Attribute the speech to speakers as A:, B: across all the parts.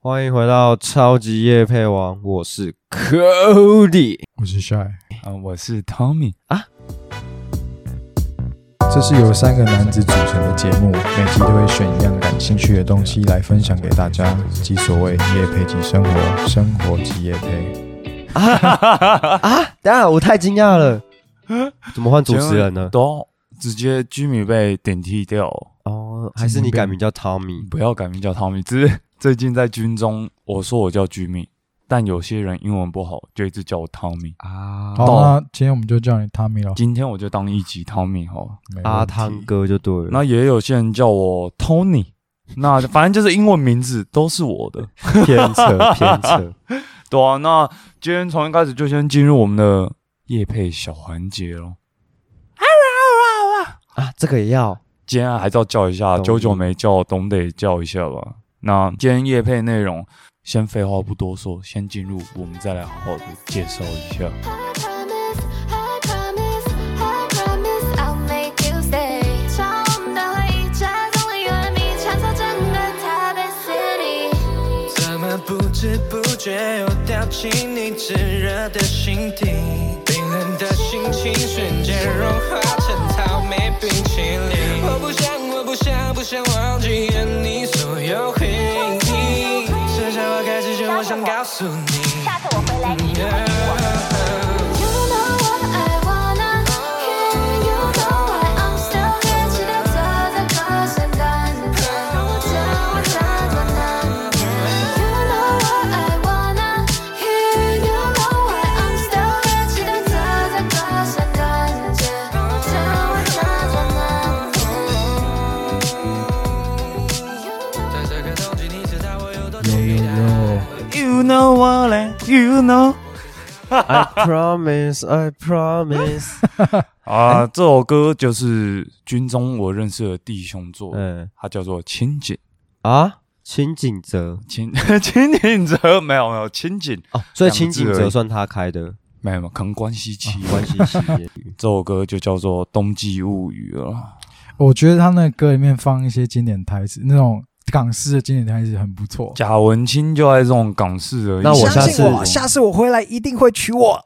A: 欢迎回到超级夜配王，我是 Cody。
B: 我是 Shy，
C: 啊、我是 Tommy，
B: 这是由三个男子组成的节目，每集都会选一样感兴趣的东西来分享给大家，即所谓夜配即生活，生活即夜配。
A: 等一下我太惊讶了， 怎么换主持人呢？
C: 都直接 Jimmy 被顶替掉，
A: 哦，还是你改名叫 Tommy？
C: 不要改名叫 Tommy。只是 最近在军中，我说我叫 Jimmy，但有些人英文不好，就一直叫我 Tommy。
A: 啊
B: 好，那今天我们就叫你 Tommy 了，
C: 今天我就当一级 Tommy 好了。
B: 没问题
A: 阿汤哥就对了。
C: 那也有些人叫我 Tony，那反正就是英文名字都是 我的。
A: 偏扯偏扯，
C: 对啊，那今天从一开始就先进入我们的夜配小环节咯。
A: 啊，这个也要
C: 今天还是要叫一下，
A: 懂
C: 久久没叫，总得叫一下吧。那今天夜配内容，先废话不多说，先进入，我们再来好好的介绍一下。
D: I promise, I promise, I promise I'll make you stay. 처음 나와 이 차서 열미 차서 정말 탑의 city.
E: 怎么不知不觉又掉进你炙热的心底？冰冷的心情瞬间融化成草莓冰淇淋。我不想，我不想，不想忘记了你所有回忆。剩下我开始就我想告诉你。下次我回来，你
D: You know what I wanna hear. You know why I'm still here. 지나쳐서 거친 단. 오자 오자 원한. You know what I wanna hear. You know why I'm still here. 지나쳐서 거친 단. 오자 오자 원한.
E: 在这个冬季，你知道我有多
B: 有有
E: 期待。
B: 有，
C: You know what you know
A: I promise, I promise。
C: 啊，这首歌就是军中我认识的弟兄做的，
A: 嗯
C: 它叫做清景
A: 啊，清景泽
C: 清 清景泽，没有没有清景，
A: 哦，所以
C: 两个
A: 清景
C: 字而
A: 泽
C: 已
A: 算他开的
C: 没有没有，可能嗯关系期。
A: 关系企业。
C: 这首歌就叫做《冬季物语》了。
B: 我觉得他那个歌里面放一些经典台词，那种港式的经典台词很不错。
C: 贾文清就爱这种港式的，
A: 那我下次
B: 次我回来一定会娶我。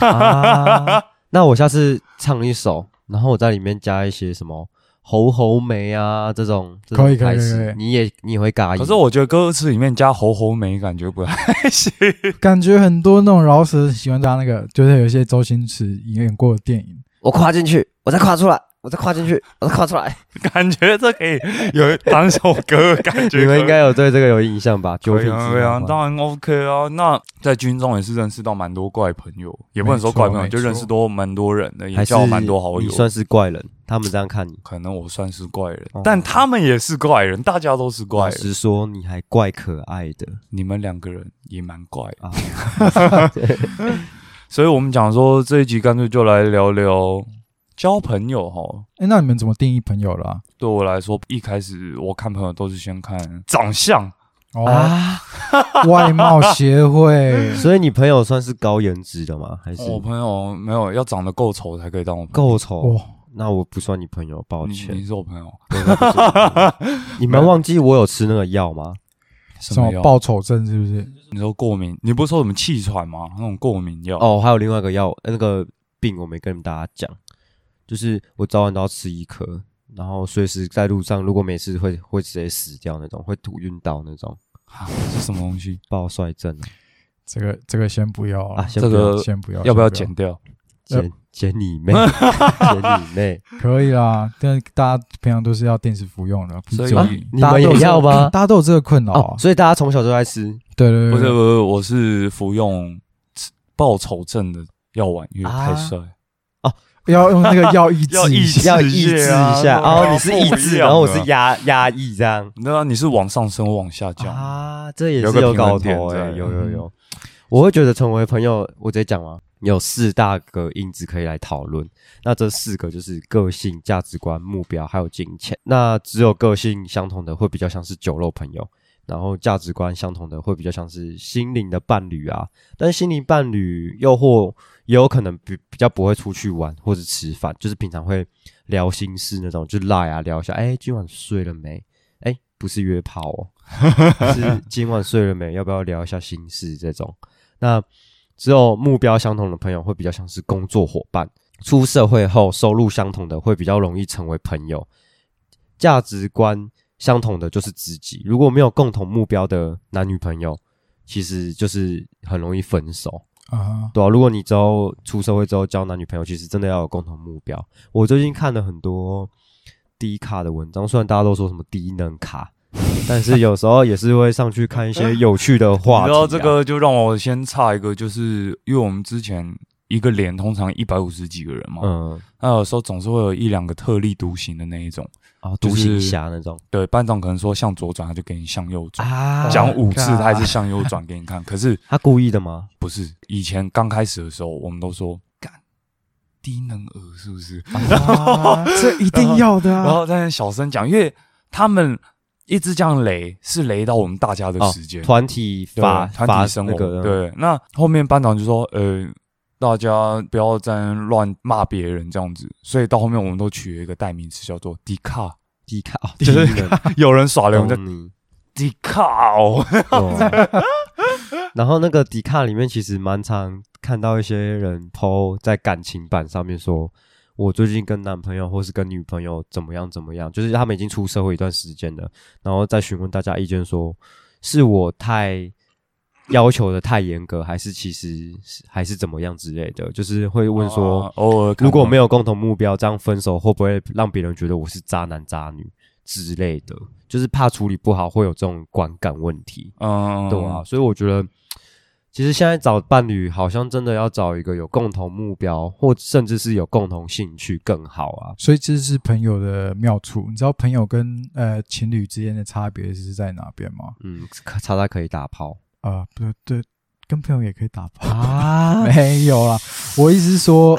A: 啊， 那我下次唱一首，然后我在里面加一些什么红红梅啊这种，这种
B: 可以可以
A: 台
B: 可以
A: 词
B: 可以
A: 你也你也会尬音。
C: 可是我觉得歌词里面加猴猴美感觉不太 行。
B: 感觉很多那种饶舌喜欢加那个，就是有一些周星驰演过的电影，
A: 我跨进去，我再跨出来，我再跨进去，我再跨出来。
C: 感觉这可以有当首歌，感 觉
A: 你们应该有对这个有印象吧？九
C: 可
A: 品
C: 以
A: 芝
C: 啊，可以
A: 麻
C: 啊，
A: 官
C: 当然 OK 啊。那在军中也是认识到蛮多怪朋友，也不能说怪朋友，
B: 没错
C: 就认识多蛮多人的，也
A: 还是
C: 交蛮多好
A: 你
C: 友。
A: 算是怪人，他们这样看你。
C: 可能我算是怪人
A: 哦，
C: 但他们也是怪人，大家都是怪
A: 老
C: 人。
A: 实说，你还怪可爱的
C: 你们两个人也蛮怪的，
A: 啊！
C: 所以我们讲说这一集干脆就来聊聊交朋友哈。
B: 哎，那你们怎么定义朋友了、啊
C: 对我来说，一开始我看朋友都是先看长相，
B: 哦，
A: 啊，
B: 外貌协 会
A: 所以你朋友算是高颜值的吗？还是
C: 哦我朋友没有要长得够丑才可以当我朋友。
A: 够丑？
B: 哇，
A: 那我不算你朋友，抱
C: 你
A: 歉
C: 你。是我朋友，
A: 你们忘记我有吃那个药吗？
B: 什么
C: 药？
B: 报仇症是不是？
C: 你说过敏？你不是说什么气喘吗？那种过敏药？，
A: 哦，还有另外一个药，呃那个病我没跟大家讲，就是我早晚都要吃一颗，然后随时在路上，如果没吃会会直接死掉那种，会吐晕倒那种，
C: 是什么东西？
A: 暴衰症啊
B: 这个这个先不要了
A: 啊！先
C: 这
A: 不要
C: 个呃
B: 先不要，
C: 要不要
B: 先
C: 剪掉？
A: 剪剪你 妹，剪你妹！
B: 可以啦，但大家平常都是要定时服用的，不
C: 所
B: 是只
C: 以
B: 有
C: 啊
B: 你
A: 你
B: 大家
A: 们
B: 都有
A: 也
B: 这个
A: 要吗
B: 大家都有这个困扰
A: 哦
B: 啊，。
A: 所以大家从小就爱 吃
B: 对对
C: 不
B: 对
C: 是，
B: 对，
C: 不是，我是服用报仇症的药丸，因为
A: 啊
C: 太帅。
B: 要用那个药抑
C: 要
B: 制
C: 抑
B: 一
C: 制
B: 下。
A: 要抑制一下，
C: 对啊
A: 哦，你是抑
C: 不一
A: 制，
C: 样啊
A: 然后我
C: 的
A: 是压压抑这样
C: 那你是往上升，我往下降。
A: 啊，这也
C: 有
A: 是
C: 个
A: 有
C: 平衡
A: 搞
C: 点嗯
A: 头哎，
C: 在
A: 有有有，我会觉得成为朋友，我直接讲嘛，有四大个因子可以来讨论。那这四个就是个性、价值观、目标还有金钱。那只有个性相同的会比较像是酒肉朋友，然后价值观相同的会比较像是心灵的伴侣啊。但心灵伴侣又或也有可能比比较不会出去玩或者吃饭，就是平常会聊心事那种，就赖啊聊一下，哎、今晚睡了没？哎、不是约炮哦， 是今晚睡了没？要不要聊一下心事这种？那只有目标相同的朋友会比较像是工作伙伴，出社会后收入相同的会比较容易成为朋友，价值观相同的就是知己。如果没有共同目标的男女朋友，其实就是很容易分手。
B: 啊，
A: 对啊，如果你之后出社会之后交男女朋友，其实真的要有共同目标。我最近看了很多低卡的文章，虽然大家都说什么低能卡，但是有时候也是会上去看一些有趣的话
C: 你
A: 题、
C: 知
A: 啊。
C: 道这个就让我先插一个，就是因为我们之前一个连通常一百五十几个人嘛，
A: 嗯
C: 那有时候总是会有一两个特立独行的那一种。
A: 啊，
C: 就
A: 独行
C: 是
A: 侠那种
C: 对，班长可能说向左转，他就给你向右转，
A: 啊
C: 讲五次他 还是向右转给你看。可是
A: 他故意的吗？
C: 不是以前刚开始的时候，我们都说干低能儿是不是？
B: 这一定要的
C: 然
B: 啊！
C: 后在那小声讲，因为他们一直这样雷，是雷到我们大家的
A: 哦
C: 时间。
A: 团体
C: 对
A: 发
C: 团
A: 发
C: 体生活。
A: 那个，嗯
C: 对，那后面班长就说，呃，大家不要再乱骂别人这样子，所以到后面我们都取了一个代名词叫做“迪卡
A: 低卡哦，
C: 就是
A: 低能卡”，
C: 有人耍流我们叫
A: 懂你
C: “迪卡”哦，
A: 哦然后那个迪卡里面其实蛮常看到一些人 PO 在感情版上面说，我最近跟男朋友或是跟女朋友怎么样怎么样，就是他们已经出社会一段时间了，然后再询问大家意见说，是我太要求的太严格，还是其实是还是怎么样之类的，就是会问说，
C: 啊 偶尔
A: 如果没
C: 有
A: 有共同目标，这样分手会不会让别人觉得我是渣男渣女之类的？就是怕处理不好会有这种观感问题。
C: 嗯，
A: 对啊，所以我觉得，其实现在找伴侣好像真的要找一个有共同目标，或甚至是有共同兴趣更好啊。
B: 所以这是朋友的妙处，你知道朋友跟呃情侣之间的差别是在哪边吗？
A: 嗯，可查他可以打炮
B: 啊，不对，跟朋友也可以打炮，
A: 啊，哎
B: 没有啦。我意思是说，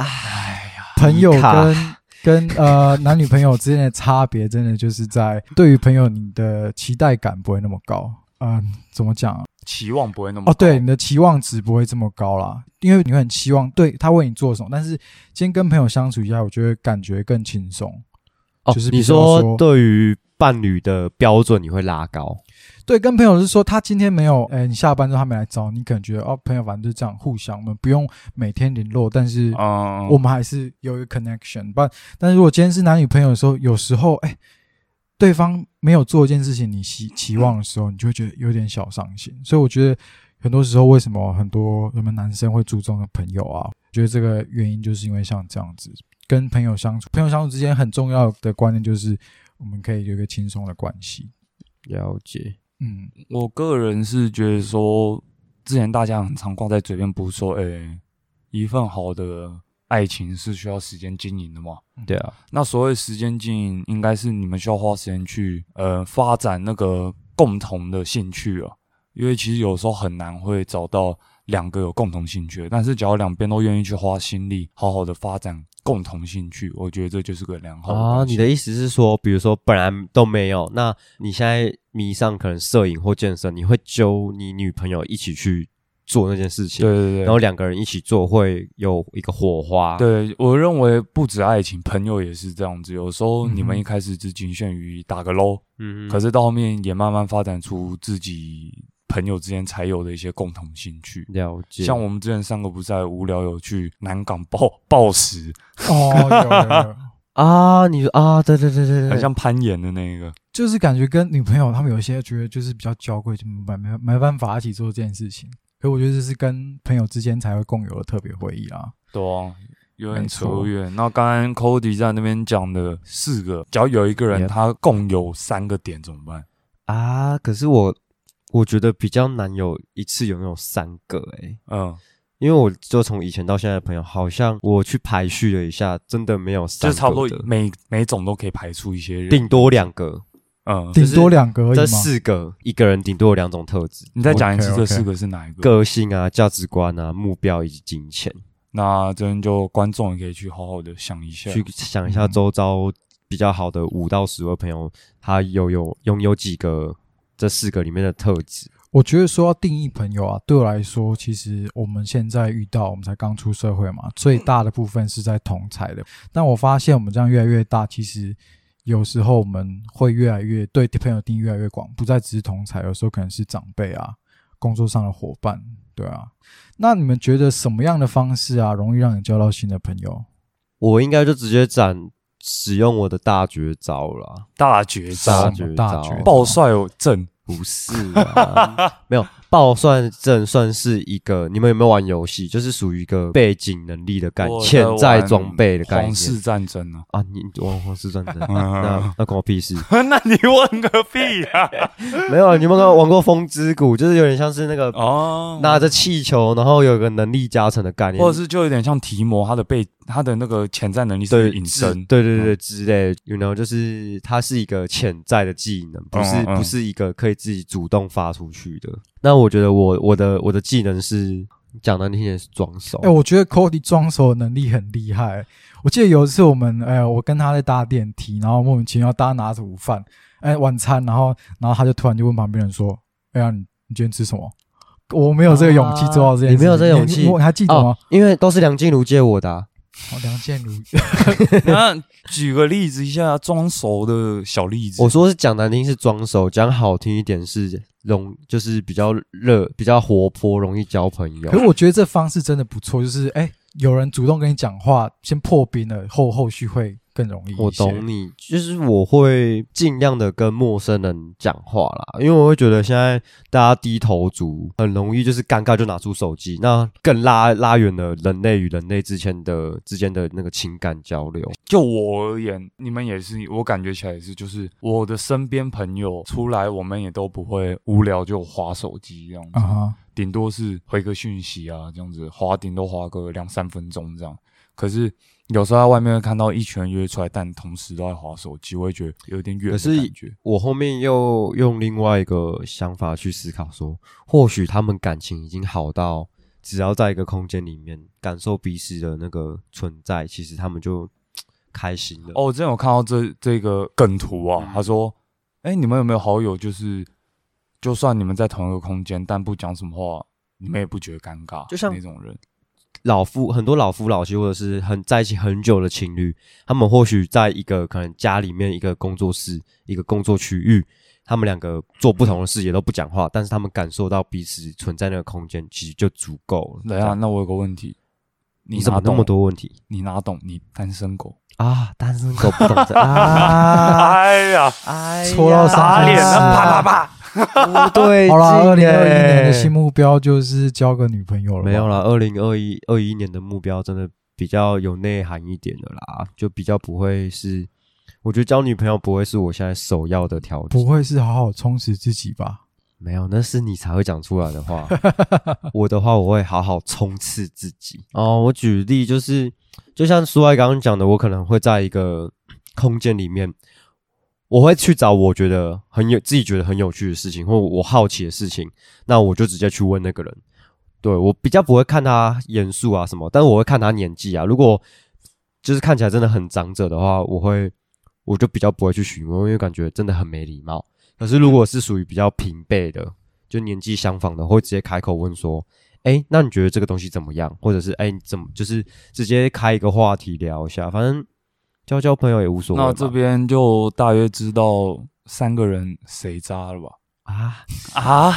B: 朋友
A: 你卡
B: 跟跟呃男女朋友之间的差别，真的就是在对于朋友你的期待感不会那么高。嗯、怎么讲啊、
C: 期望不会那
A: 嗯
C: 么
B: 哦，对，
C: 高
B: 你的期望值不会这么高啦，因为你会很期望对他为你做什么，但是今天跟朋友相处一下，我觉得感觉更轻松。
A: 哦，
B: 就是比
A: 你
B: 如说
A: 说对于伴侣的标准你会拉高，
B: 对，跟朋友是说他今天没有，哎，你下班之后他没来找你，可能觉得哦，朋友反正就这样，互相我们不用每天联络，但是
C: 嗯，
B: 我们还是有一个 connection。不然，但是如果今天是男女朋友的时候，有时候哎、对方没有做一件事情你期期望的时候，你就会觉得有点小伤心。所以我觉得很多时候为什么很多人们男生会注重的朋友啊，我觉得这个原因就是因为像这样子跟朋友相处，朋友相处之间很重要的观念就是我们可以有一个轻松的关系。
A: 了解。
B: 嗯，
C: 我个人是觉得说，之前大家很常挂在嘴边，不是说，哎、一份好的爱情是需要时间经营的嘛？
A: 对啊，
C: 那所谓时间经营，应该是你们需要花时间去呃发展那个共同的兴趣啊，因为其实有时候很难会找到两个有共同兴趣的，但是只要两边都愿意去花心力，好好的发展共同兴趣，我觉得这就是个良好的
A: 啊，
C: 关系
A: 你的意思是说，比如说本来都没有，那你现在迷上可能摄影或健身，你会揪你女朋友一起去做那件事情，
C: 对对对，
A: 然后两个人一起做会有一个火花，
C: 对，我认为不止爱情，朋友也是这样子。有时候你
B: 嗯
C: 们
B: 哼
C: 一开始只仅限于打个 low，、
A: 嗯，
C: 可是到后面也慢慢发展出自己朋友之间才有的一些共同兴趣。
A: 了解，
C: 像我们之前三个不是在无聊有去南港暴暴食，
B: 哦，有有有，
A: 啊，你说啊，对对对对
C: 很
A: 对，
C: 像攀岩的那个。
B: 就是感觉跟女朋友他们有一些觉得就是比较娇贵，就没没没办法一起做这件事情。可我觉得这是跟朋友之间才会共有的特别回忆啦。
C: 对啊，有点
B: 没错
C: 扯远。那刚刚 Cody 在那边讲的四个，只要有一个人
A: Yep
C: 他共有三个点怎么办？
A: 啊，可是我我觉得比较难有一次有那种三个诶、
C: 嗯，
A: 因为我就从以前到现在的朋友，好像我去排序了一下，真的没有
C: 就
A: 三个
C: 是
A: 的，
C: 差不多每每种都可以排出一些人。
A: 顶多两个，
C: 嗯，
B: 顶多两个而已
A: 这
B: 嘛。
A: 四个一个人顶多有两种特质，
C: 你再讲一次
B: OK，OK
C: 这四个是哪一个？
A: 个性啊、价值观啊、目标以及金钱，
C: 那这边就观众也可以去好好的想一下。
A: 去想一下周遭比较好的五到十位朋友，他有有拥有几个这四个里面的特质。
B: 我觉得说要定义朋友啊，对我来说，其实我们现在遇到，我们才刚出社会嘛，最大的部分是在同才的。但我发现我们这样越来越大，其实有时候我们会越来越对朋友定义越来越广，不再只是同才，有时候可能是长辈啊，工作上的伙伴，对啊。那你们觉得什么样的方式啊，容易让你交到新的朋友？
A: 我应该就直接展使用我的大绝招了。
C: 大绝
A: 大
C: 招，
A: 绝
B: 大
A: 招，
B: 绝
C: 暴帅有正
A: 不是啊， 没有暴算症算是一个，你们有没有玩游戏？就是属于一个背景能力的概念，潜在装备的概
C: 皇室
A: 念
C: 战争啊！
A: 啊。你玩皇室战 争，
C: 嗯
A: 那那关我屁事。
C: 那你问个屁啊呀！
A: 没有，啊你们有没有玩过风之谷？就是有点像是那个
C: 哦，
A: 拿着气球，然后有个能力加成的概念，
C: 或者是就有点像提摩，他的被他的那个潜在能力
A: 对
C: 是隐
A: 之
C: 身，
A: 对
B: 嗯
A: 对对之类的，you know，就是它是一个潜在的技能，不是
C: 嗯嗯
A: 不是一个可以自己主动发出去的。那我觉得我我的我的技能是讲难听点是装熟
B: 哎、，我觉得 Cody 装熟的能力很厉害。我记得有一次我们，哎、我跟他在搭电梯，然后莫名其妙大家拿着午饭，哎、晚餐，然后然后他就突然就问旁边人说：“哎、呀，你你今天吃什么？”我没有这个勇气做到这件
A: 啊
B: 事情、
A: 你没有这个勇气
B: 你你你还记得吗
A: 哦？，因为都是梁静茹借我的啊、
B: 哦，梁建如，
C: 那举个例子一下，装熟的小例子。
A: 我说是讲难听是装熟，讲好听一点是容，就是比较热、比较活泼，容易交朋友
B: 可。是我觉得这方式真的不错，就是哎、有人主动跟你讲话，先破冰了，后后续会更容易一些。
A: 我懂你，就是我会尽量的跟陌生人讲话啦，因为我会觉得现在大家低头族很容易就是尴尬就拿出手机，那更拉拉远了人类与人类之间的之间的那个情感交流。
C: 就我而言，你们也是，我感觉起来也是，就是我的身边朋友出来，我们也都不会无聊就划手机这样子
B: 啊，哈，
C: 顶、多是回个讯息啊，这样子划，顶多划个两三分钟这样。可是有时候在外面会看到一群人约出来，但同时都在划手机，我会觉得有点远
A: 可
C: 的
A: 是
C: 感觉。
A: 我后面又用另外一个想法去思考说或许他们感情已经好到只要在一个空间里面感受彼此的那个存在，其实他们就开心了。
C: 哦，我之前有看到这这个梗图
A: 嗯
C: 啊，他说：“哎、你们有没有好友？就是就算你们在同一个空间，但不讲什么话，你们也不觉得尴尬，
A: 就像
C: 那种人。
A: 老夫很多老夫老妻，或者是很在一起很久的情侣，他们或许在一个可能家里面一个工作室、一个工作区域，他们两个做不同的事也都不讲话，但是他们感受到彼此存在那个空间，其实就足够了。
C: 等一下，啊那我有个问题，
A: 啊
C: 你
A: 你怎么
C: 哪
A: 那
C: 懂
A: 么？多问题
C: 你哪懂？你单身狗？
A: 啊？单身狗不懂这啊！
C: 哎呀，
A: 哎
B: 戳到伤
C: 打
B: 心
C: 脸
B: 事
C: 了，
B: 啊
C: 啪啪啪！
A: 不对劲欸，
B: 好啦，二零二一年的新目标就是交个女朋友了吧，
A: 没有啦，二零二一二一年的目标真的比较有内涵一点的啦，就比较不会是，我觉得交女朋友不会是我现在首要的条件
B: 不。会是好好充实自己吧？
A: 没有，那是你才会讲出来的 话。我的话，我会好好冲刺自己。哦，我举例就是，就像苏爱刚刚讲的，我可能会在一个 空间里面，我会去找我觉得很有自己觉得很有趣的事情，或我好奇的事情，那我就直接去问那个人。对我比较不会看他严肃啊什么，但我会看他年纪啊。如果就是看起来真的很长者的话，我会我就比较不会去询问，因为感觉真的很没礼貌。可是如
B: 嗯
A: 果是属于比较平辈的，就年纪相仿的，会直接开口问说：“哎、那你觉得这个东西怎么样？”或者是“哎、你怎么？”就是直接开一个话题聊一下，反正交交朋友也无所谓嘛。
C: 那这边就大约知道三个人谁渣了吧？
A: 啊，
C: 啊，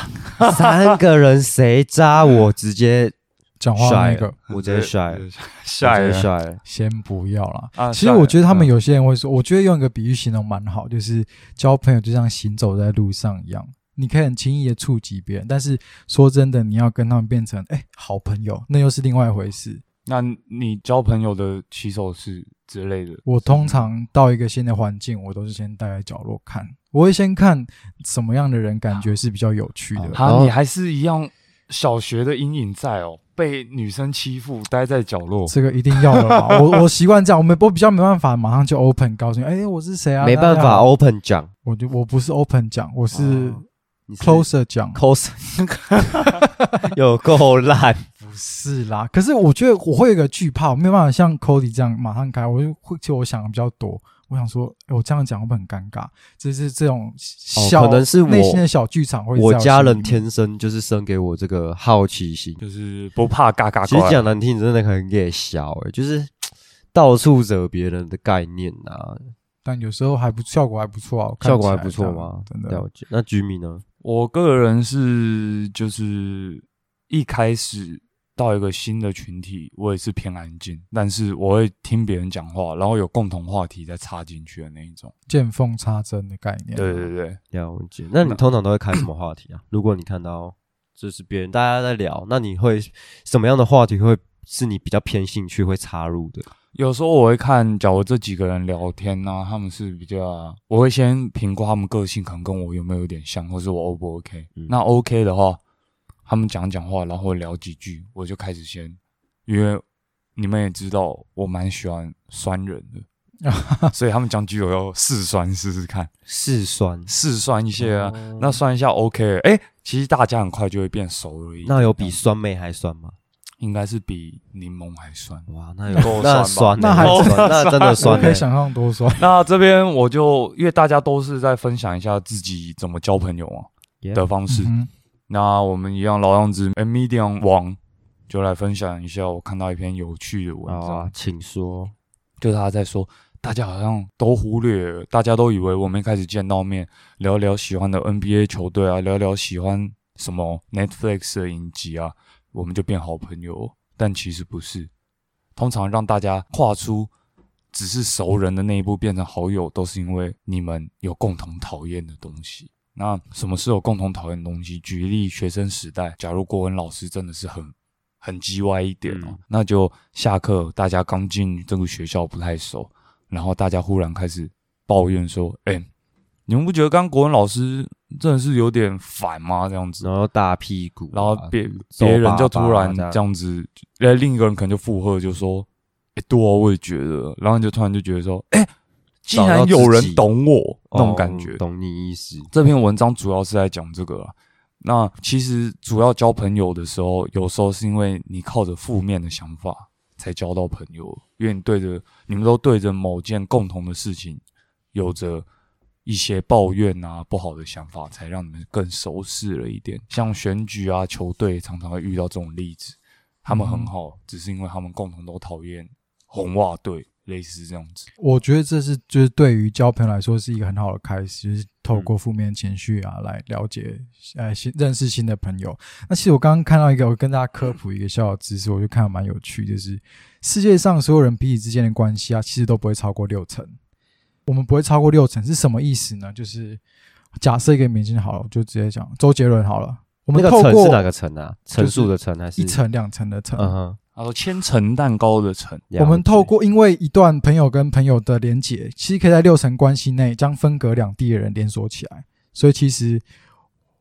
A: 三个人谁渣，我直接
B: 讲话
A: 甩
B: 那
A: 了
B: 个，
A: 我直接甩了，
C: 下
A: 我直接
C: 一
A: 甩了。
B: 先不要啦。
C: 啊
B: 其实我觉得他们
C: 嗯
B: 有些人会说，我觉得用一个比喻形容蛮好，就是交朋友就像行走在路上一样，你可以很轻易的触及别人，但是说真的，你要跟他们变成哎、好朋友，那又是另外一回事。
C: 那你交朋友的起手式之类的，
B: 我通常到一个新的环境，我都是先待在角落看，我会先看什么样的人感觉是比较有趣的。
A: 然
C: 啊，
A: 后
C: 你还是一样小学的阴影在哦，被女生欺负，待在角落。
B: 这个一定要的吧？我我习惯这样，我没我比较没办法马上就 open 告诉你，哎、我是谁啊？
A: 没办
B: 大家
A: 法哦
B: 好
A: ，open 讲，
B: 我就我不是 open 讲，我是
C: 哦
A: 你是
B: closer 讲，
A: cos，有够烂。
B: 不是啦。可是我觉得我会有一个惧怕，我没有办法像 Cody 这样马上开，我就会其实我想的比较多。我想说，哎我这样讲会不会很尴尬？这是这种小，
A: 哦可能是我
B: 内心的小剧场会在
A: 我
B: 心
A: 家
B: 里
A: 人
B: 面
A: 天生就是生给我这个好奇心，
C: 就是不怕嘎嘎
A: 其实
C: 怪
A: 讲难听，真的很给小、欸，就是到处惹别人的概念啊。
B: 但有时候还不效果还不错啊，看
A: 效果还
B: 起来
A: 不错
B: 这样
A: 吗？
B: 真的，
A: 了解。那居民呢？
C: 我个人是就是一开始到一个新的群体，我也是偏安静，但是我会听别人讲话，然后有共同话题再插进去的那一种。
B: 见缝插针的概念。
C: 对对对，
A: 了解。那你通常都会开什么话题啊？如果你看到就是别人大家在聊，那你会什么样的话题会是你比较偏兴趣会插入的？
C: 有时候我会看，假如这几个人聊天呢、他们是比较，我会先评估他们个性可能跟我有没有有点像，或是我 O 不 OK、
A: 嗯
C: 那 OK 的话，他们讲讲话，然后聊几句，我就开始先，因为你们也知道，我蛮喜欢酸人 的，所以他们讲句我要试酸试试看，
A: 嗜酸，
C: 试酸一些
A: 哦
C: 啊，那酸一下 OK，哎、其实大家很快就会变熟而已。
A: 那有比酸妹还酸吗？
C: 应该是比柠檬还酸。
A: 哇，那有
C: 够
A: 那
C: 酸
A: 酸
C: 吧
A: 欸，
B: 那还
A: 够酸，那真的酸
B: 我可以
A: 欸。
B: 想象多酸。
C: 那这边我就因为大家都是在分享一下自己怎么交朋友啊
A: Yeah
C: 的方式，
B: 嗯
C: 那我们一样老样子 m e d i u m 网就来分享一下我看到一篇有趣的文
A: 好
C: 章，
A: 啊，请说。
C: 就是他在说。大家好像都忽略了，大家都以为我们一开始见到面聊聊喜欢的 NBA 球队啊，聊聊喜欢什么 Netflix 的影集啊，我们就变好朋友。但其实不是，通常让大家跨出只是熟人的那一步变成好友，都是因为你们有共同讨厌的东西。那什么是有共同讨厌的东西？举例，学生时代，假如国文老师真的是很很叽歪一点哦，
A: 嗯
C: 那就下课，大家刚进这个学校不太熟，然后大家忽然开始抱怨说：“哎、你们不觉得刚国文老师真的是有点烦吗？”这样子，
A: 然后大屁股啊，
C: 然后别
A: 皱
C: 别人
A: 巴
C: 就突
A: 巴
C: 然
A: 这
C: 这样子，呃，另一个人可能就附和，就说：“哎、对啊，我也觉得。”然后你就突然就觉得说：“哎、竟
A: 找到
C: 然
A: 自
C: 有人
A: 己
C: 懂我那种
A: 哦
C: 感觉。
A: 懂你意思。
C: 这篇文章主要是在讲这个啊。那其实主要交朋友的时候，有时候是因为你靠着负面的想法才交到朋友，因为你对着你们都对着某件共同的事情有着一些抱怨啊、不好的想法，才让你们更熟识了一点。像选举啊、球队常常会遇到这种例子，他们很好，只是因为他们共同都讨厌红袜队，类似这样子。
B: 我觉得这是就是对于交朋友来说是一个很好的开始，就是
A: 嗯
B: 透过负面情绪啊来了解呃新认识新的朋友。那其实我刚刚看到一个，我跟大家科普一个小小知识，我就看到蛮有趣，就是世界上所有人彼此之间的关系啊，其实都不会超过六成。我们不会超过六成是什么意思呢？就是假设一个明星好了，我就直接讲周杰伦好了，我
A: 那
B: 们
A: 个
B: 透
A: 层是哪
B: 过
A: 个层啊？层数的层还是
B: 一？层两层的层，
A: 嗯哼，
C: 他说：“千层蛋糕的层。”
A: 了
B: 我们透
A: 解哦
B: 过因为一段朋友跟朋友的连结，其实可以在六层关系内将分隔两地的人连锁起来。所以其实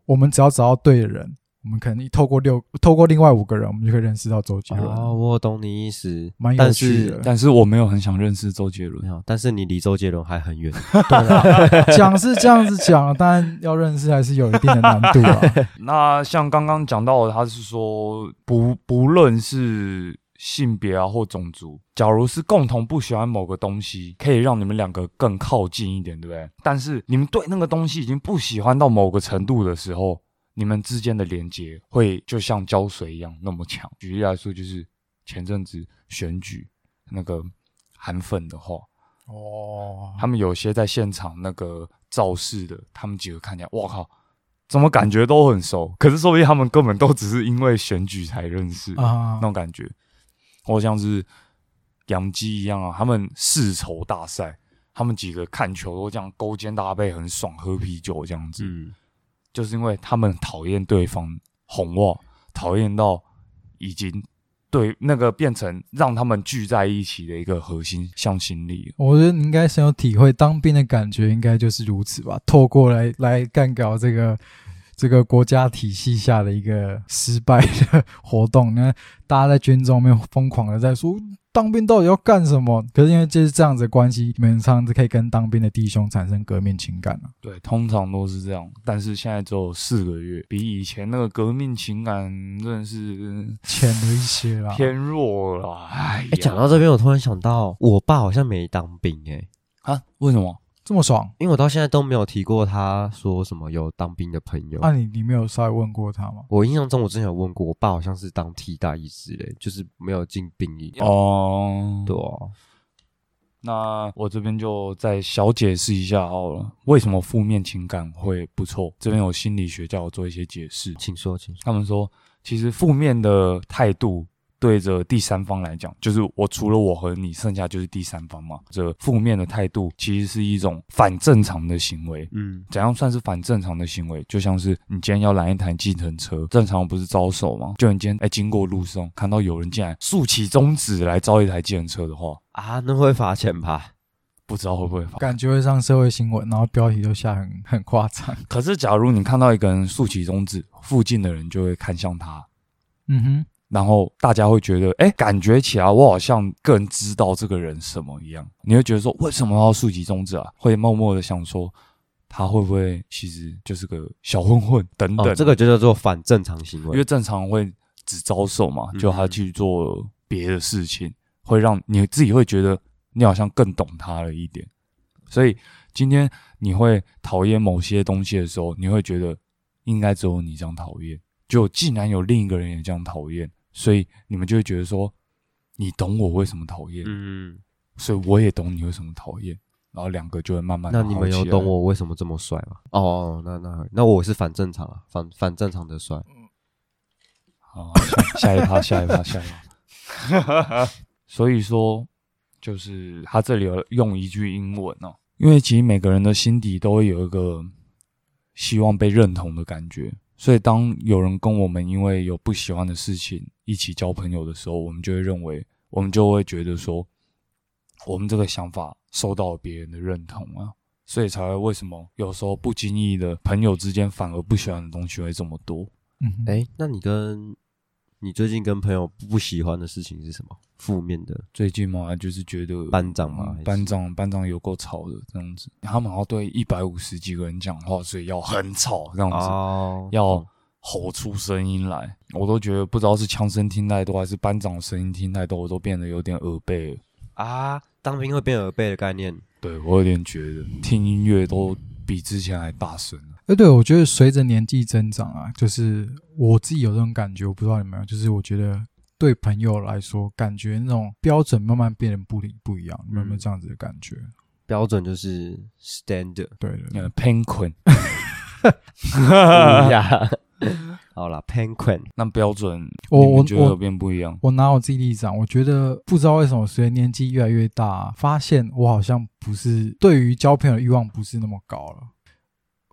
B: 我们只要找到对的人，我们可能透过六透过另外五个人，我们就可以认识到周杰伦。
A: 哦，我懂你意思，
B: 蛮有
A: 但
B: 趣
A: 是
B: 的
C: 但是我没有很想认识周杰
A: 没
C: 伦。
A: 有，但是你离周杰伦还很 远。
B: 啊讲是这样子 讲，当然要认识还是有一定的难度啊。
C: 那像刚刚讲到的，他是说不不论是性别啊或种族，假如是共同不喜欢某个东西，可以让你们两个更靠近一点，对不对？但是你们对那个东西已经不喜欢到某个程度的时候，你们之间的连接会就像胶水一样那么强。举例来说，就是前阵子选举那个韩粉的话，
B: 哦，
C: 他们有些在现场那个造势的，他们几个看起来，哇靠，怎么感觉都很熟？可是说不定他们根本都只是因为选举才认识、
B: 啊
C: 那，种感觉，或像是杨基一样啊，他们世仇大赛，他们几个看球都这样勾肩搭背，很爽，喝啤酒这样子，
A: 嗯，
C: 就是因为他们讨厌对方红袜，讨厌到已经对那个变成让他们聚在一起的一个核心向心力了。
B: 我觉得你应该深有体会，当兵的感觉应该就是如此吧。透过来来干搞这个这个国家体系下的一个失败的活动，那大家在军中面疯狂的在说当兵到底要干什么？可是因为就是这样子的关系，你们常常可以跟当兵的弟兄产生革命情感啊。
C: 对，通常都是这样，但是现在只有四个月，比以前那个革命情感真的是
B: 浅了一些啦，
C: 偏弱了啦。啊哎呀
A: 哎，讲到这边，我突然想到，我爸好像没当兵哎、
C: 啊，为什么？
B: 这么爽
A: 因为我到现在都没有提过他说什么有当兵的朋友。
B: 啊你？你没有稍微问过他吗？
A: 我印象中，我之前有问过，我爸好像是哦当替代役之类，就是没有进兵役。，
C: 哦，
A: 对啊，
C: 那我这边就再小解释一下好了，为什么负面情感会不错？这边有心理学家有做一些解释，
A: 请说，请说。
C: 他们说，其实负面的态度对着第三方来讲，就是我除了我和你，剩下就是第三方嘛。这负面的态度其实是一种反正常的行为。
A: 嗯，
C: 怎样算是反正常的行为？就像是你今天要拦一台计程车，正常不是招手吗？就你今天哎、经过路上看到有人进来，竖起中指来招一台计程车的话，
A: 啊，那会罚钱吧？
C: 不知道会不会罚。
B: 感觉会上社会新闻，然后标题都下很很夸张。
C: 可是假如你看到一个人竖起中指，附近的人就会看向他，
B: 嗯哼，
C: 然后大家会觉得，哎，感觉起来我好像更知道这个人什么一样。你会觉得说，为什么要竖起中指啊？会默默的想说，他会不会其实就是个小混混等等。
A: 哦，这个就叫做反正常行
C: 因为
A: 为。
C: 正常会只招手嘛，
A: 嗯
C: 就他去做别的事情，会让你自己会觉得你好像更懂他了一点。所以今天你会讨厌某些东西的时候，你会觉得应该只有你这样讨厌，就竟然有另一个人也这样讨厌，所以你们就会觉得说，你懂我为什么讨厌，
A: 嗯，
C: 所以我也懂你为什么讨厌，然后两个就会慢慢地
A: 那你们
C: 好
A: 有
C: 起来
A: 懂我为什么这么帅吗？哦哦，那那嗯那我是反正常啊，反反正常的帅。
C: 好，哦下下一趴，下一趴，下一趴。所以说，就是他这里有用一句英文哦，因为其实每个人的心底都会有一个希望被认同的感觉，所以当有人跟我们因为有不喜欢的事情一起交朋友的时候，我们就会认为，我们就会觉得说，我们这个想法受到了别人的认同啊。所以才会为什么有时候不经意的朋友之间反而不喜欢的东西会这么多，
B: 嗯哼，
A: 哎，那你跟你最近跟朋友不喜欢的事情是什么？负面的
C: 最近嘛，就是觉得嗯
A: 班长吗？还是
C: 班长班长有够吵的这样子，他们好像对一百五十几个人讲话，所以要很吵这样子，
A: 哦，
C: 要吼出声音来，我都觉得不知道是枪声听太多还是班长声音听太多，我都变得有点耳背了。
A: 啊，当兵会变耳背的概念。
C: 对我有点觉得听音乐都比之前还大声了。
B: 哎，对，我觉得随着年纪增长啊，就是我自己有这种感觉，我不知道你们有没有，就是我觉得对朋友来说，感觉那种标准慢慢变得不一不一样，你们有没有这样子的感觉？
A: 标准就是 standard
B: 对对对，
C: 呃 p a n q u i n
A: 不一样。啊好啦 p a n q u i n
C: 那标准
B: 我
C: 你
B: 我
C: 们觉得有
B: 我
C: 变不一样？
B: 我拿我自己例子啊，我觉得不知道为什么随着年纪越来越大，啊发现我好像不是对于交朋友的欲望不是那么高了。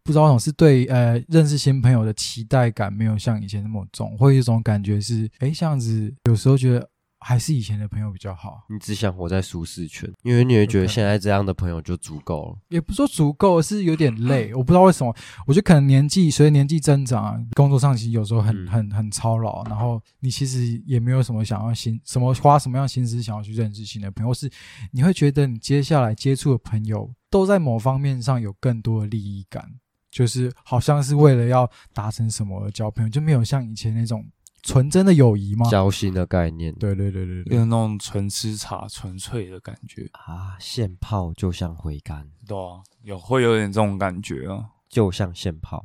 B: 不知道为什么是对呃认识新朋友的期待感没有像以前那么重，会有一种感觉是，哎，这样子有时候觉得还是以前的朋友比较好。
A: 你只想活在舒适圈，因为你会觉得
B: OK
A: 现在这样的朋友就足够了。
B: 也不是说足够，是有
C: 嗯
B: 点累。我不知道为什么，我觉得可能年纪随着年纪增长啊，工作上其实有时候很、
A: 嗯
B: 很很操劳，然后你其实也没有什么想要心什么花什么样心思想要去认识新的朋友，或是你会觉得你接下来接触的朋友都在某方面上有更多的利益感，就是好像是为了要达成什么而交朋友，就没有像以前那种纯真的友谊嘛。
A: 交心的概念
B: 对对对对对
C: 有点那种纯吃茶、纯粹的感觉，
A: 啊，现泡就像回甘，
C: 对啊，有会有点这种感觉啊。
A: 就像现泡，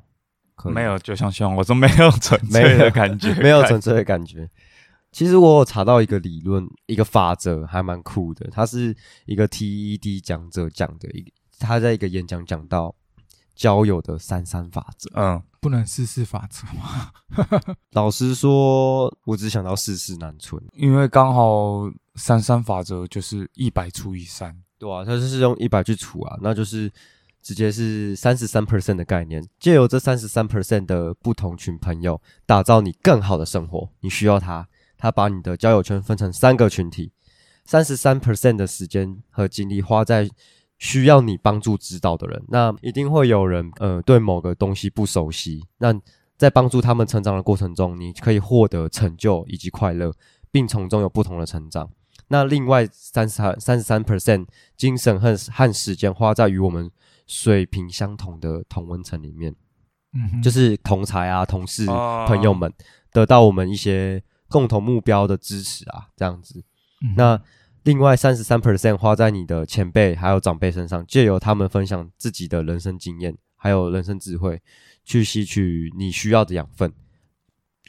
A: 可以
C: 没有，就像像我说没有纯粹的感觉，
A: 没有纯粹的感觉。其实我有查到一个理论，一个法则，还蛮酷的。它是一个 TED 讲者讲的，一个他在一个演讲讲到交友的三三法则。
C: 嗯，
B: 不能试试法则嘛。
A: 老实说，我只想到世事难存，
C: 因为刚好三三法则就是一百除以三，
A: 对啊，它就是用一百去除啊，那就是直接是三十三 percent 的概念。借由这三十三 percent 的不同群朋友，打造你更好的生活。你需要他，他把你的交友圈分成三个群体，三十三 percent 的时间和精力花在需要你帮助指导的人。那一定会有人，呃，对某个东西不熟悉。那在帮助他们成长的过程中，你可以获得成就以及快乐，并从中有不同的成长。那另外三十三十三 percent 精神和和时间花在与我们水平相同的同温层里面，
B: 嗯哼，
A: 就是同才啊、同事、
C: 哦
A: 朋友们，得到我们一些共同目标的支持啊，这样子。
B: 嗯哼
A: 那另外三十三 percent 花在你的前辈还有长辈身上，借由他们分享自己的人生经验，还有人生智慧，去吸取你需要的养分，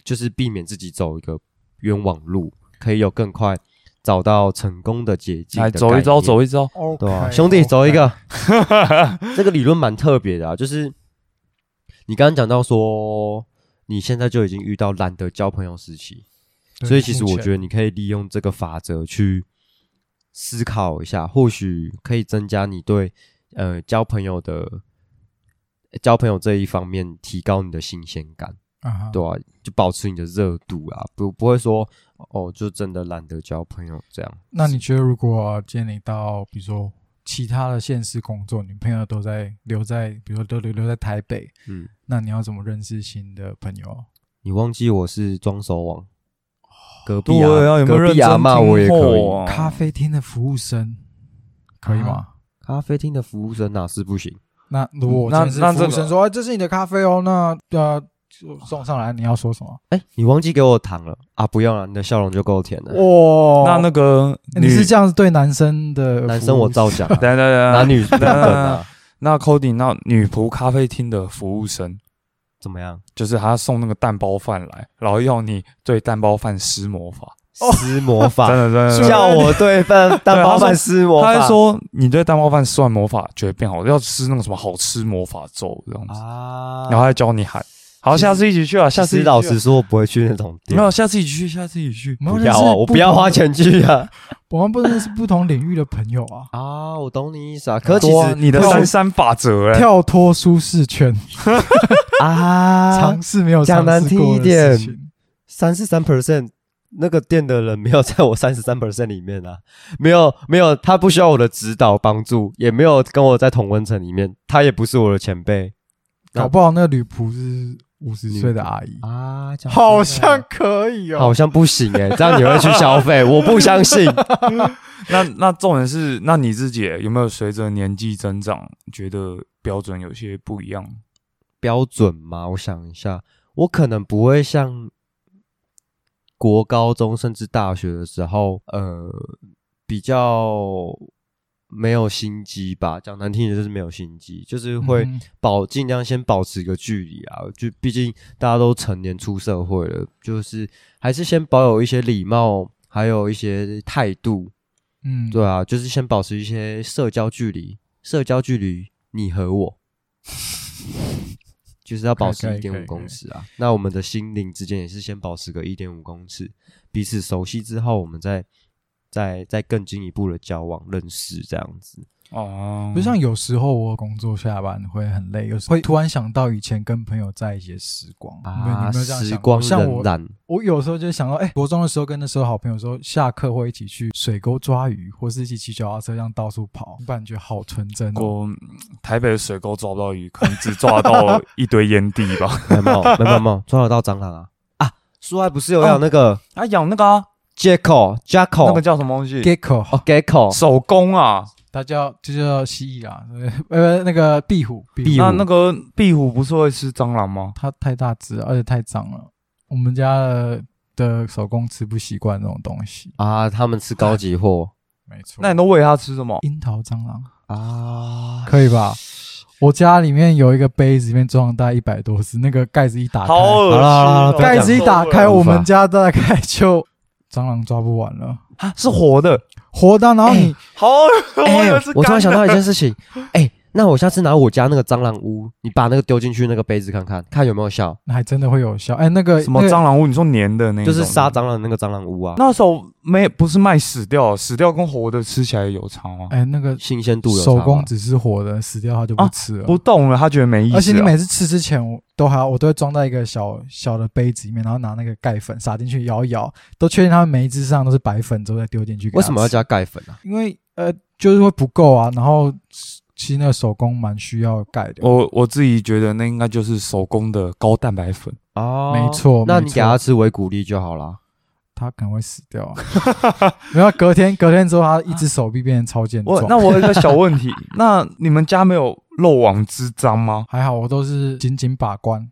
A: 就是避免自己走一个冤枉路，可以有更快找到成功的捷径
C: 来
A: 的
C: 走一
A: 概
C: 遭，
A: 念
C: 走一遭。
B: OK，哦
A: 对吧、兄弟，走一
B: OK，
A: 个。这个理论蛮特别的啊，就是你刚刚讲到说，你现在就已经遇到懒得交朋友时期，
B: 对
A: 所以其实
B: 目
A: 我
B: 前
A: 觉得你可以利用这个法则去思考一下，或许可以增加你对呃交朋友的交朋友这一方面提高你的新鲜感。
B: 啊哈
A: 对啊，就保持你的热度啊，不不会说哦，就真的懒得交朋友这样。
B: 那你觉得，如果今天你到比如说其他的县市工作，你朋友都在留在，比如说都留留在台北，
A: 嗯，
B: 那你要怎么认识新的朋友啊？
A: 你忘记我是装手网，隔壁
C: 对啊，有没
A: 隔
C: 有认
A: 壁
C: 真
A: 阿骂我也
C: 听
A: 可
C: 货
A: 以。
C: 啊
B: 咖啡厅的服务生可以
A: 啊
B: 吗？
A: 咖啡厅的服务生哪啊是不行？
B: 那如果我
C: 那
B: 今天是
C: 那
B: 服务
C: 这个
B: 生说，哎，这是你的咖啡哦，那呃就送上来，你要说什么？
A: 哎，你忘记给我糖了啊？不用了，你的笑容就够甜了。
B: 哇
C: 那那个
B: 你
C: 女
B: 是这样子对男生的
A: 男生我
B: 造
A: 照讲啊，
C: 等一下等一下
A: 男女平等
C: 呃
A: 啊，
C: 那 Cody 那女仆咖啡厅的服务生，
A: 怎么样？
C: 就是他送那个蛋包饭来，然后要你对蛋包饭施魔法，
A: 施魔
C: 哦真
A: 法，
C: 的真的。
A: 叫我对饭蛋包饭施魔法。
C: 他还说你对蛋包饭施完魔法就会变好，要施那种什么好吃魔法咒这样子，
A: 啊，
C: 然后还教你喊。好，
A: 其实
C: 下次一起去啊！下
A: 下
C: 次
A: 次
C: 一起去啊
A: 老实说，我不会去那种店
C: 没，有，下次一起去，下次一起去。
B: 不
A: 不要啊，我不要花，钱去啊。
B: 我们不认识不同领域的朋友啊，
A: 啊，我懂你意思啊。可是其
C: 多啊
A: 实
C: 你的
A: 跳
C: 三三法
A: 呃
C: 则哎，
B: 跳脱舒适圈，
A: 啊
B: 尝，试没有
A: 讲
B: 尝
A: 难
B: 试
A: 听
B: 过
A: 一
B: 的
A: 点
B: 事情。
A: 三十三 percent 那个店的人没有在我三十三 percent 里面啊，没有没有，他不需要我的指导帮助，也没有跟我在同温层里面，他也不是我的前辈
B: 搞不好那个女仆是五十岁的阿姨，
A: 啊，
B: 好像可以哦
A: 好。像不行哎、这样你会去消费，我不相信。
C: 那那重点是，那你自己欸有没有随着年纪增长，觉得标准有些不一样？
A: 标准吗？我想一下，我可能不会像国高中甚至大学的时候，呃，比较没有心机吧。讲难听点就是没有心机，就是会
B: 嗯
A: 保尽量先保持一个距离啊。就毕竟大家都成年出社会了，就是还是先保有一些礼貌，还有一些态度。
B: 嗯，
A: 对啊，就是先保持一些社交距离，社交距离你和我，就是要保持一
B: 可以可以
A: 点
B: 可以
A: 五公尺啊。那我们的心灵之间也是先保持个一点五公尺，彼此熟悉之后，我们再再再更进一步的交往认识这样子。
C: 哦，
B: 就像有时候我工作下班会很累，有时候会突然想到以前跟朋友在一起的时光你们有没有这样
A: 啊时
B: 想过？
A: 光
B: 像
A: 荏
B: 我，
A: 苒，
B: 我有时候就想到，哎、国中的时候跟那时候好朋友说，下课会一起去水沟抓鱼，或是一起骑脚踏车这样到处跑，感觉好纯真哦。
C: 我台北的水沟抓不到鱼，可能只抓到一堆烟蒂 吧。
A: 没有没有没有没有没有抓得到蟑螂啊啊！苏爱不是有
C: 哦
A: 养那个
C: 啊，养那个啊，
A: Jacko
C: 那个
A: Jacko
C: 叫什么东西？
B: Gecko，、
A: 哦 Gecko
C: 哦手工啊，
B: 它叫这叫蜥蜴啊， 呃，那个壁虎，
A: 壁
B: 虎
A: 虎
C: 那那个壁虎不是会吃蟑螂吗？
B: 它太大只了，而且太脏了，我们家的的手工吃不习惯这种东西。
A: 啊，他们吃高级货
B: 没错
C: 那你都喂它吃什么？
B: 樱桃蟑螂
A: 啊，
B: 可以吧？我家里面有一个杯子，里面装了大概一百多只，那个盖子一打开，
C: 好恶心哦！
A: 好啦
B: 盖子一打开，
A: 无法
B: 我们家大概就蟑螂抓不完了，
C: 啊，是活的，
B: 活的。然后 你、
C: 好恶心，我
A: 哎、
C: 以为是
A: 我突然想
C: 干的
A: 到一件事情，哎、那我下次拿我家那个蟑螂屋，你把那个丢进去那个杯子看看，看有没有效，
B: 还真的会有效。哎，那个
C: 什么
B: 那个
C: 蟑螂屋，你说粘的那一
A: 就
C: 种
A: 是杀。蟑螂的那个蟑螂屋啊，
C: 那时候没不是卖死掉，死掉跟活的吃起来有差吗？
B: 哎，那个
A: 新鲜度有
B: 手
A: 差
B: 工
A: 吗
B: 只是活的，死掉它就不吃了。
C: 不动了，他觉得没意思啊。
B: 而且你每次吃之前，我都还要我都会装在一个小小的杯子里面，然后拿那个盖粉撒进去摇一摇，都确定它们每一只上都是白粉之后再丢进去。
A: 为什么要？加钙粉啊？
B: 因为呃，就是会不够啊。然后其实那个手工蛮需要盖的。
C: 我我自己觉得那应该就是手工的高蛋白粉。
A: 哦
B: 没错
A: 那
B: 没
A: 你
B: 错
A: 给它吃维骨力就好啦。
B: 他可能会死掉、啊。 没有，隔天隔天之后，他一只手臂变成超健
C: 我
B: 壮。
C: 那我有一个小问 题，那你们家没有漏网之章吗？
B: 还好，我都是紧紧把关。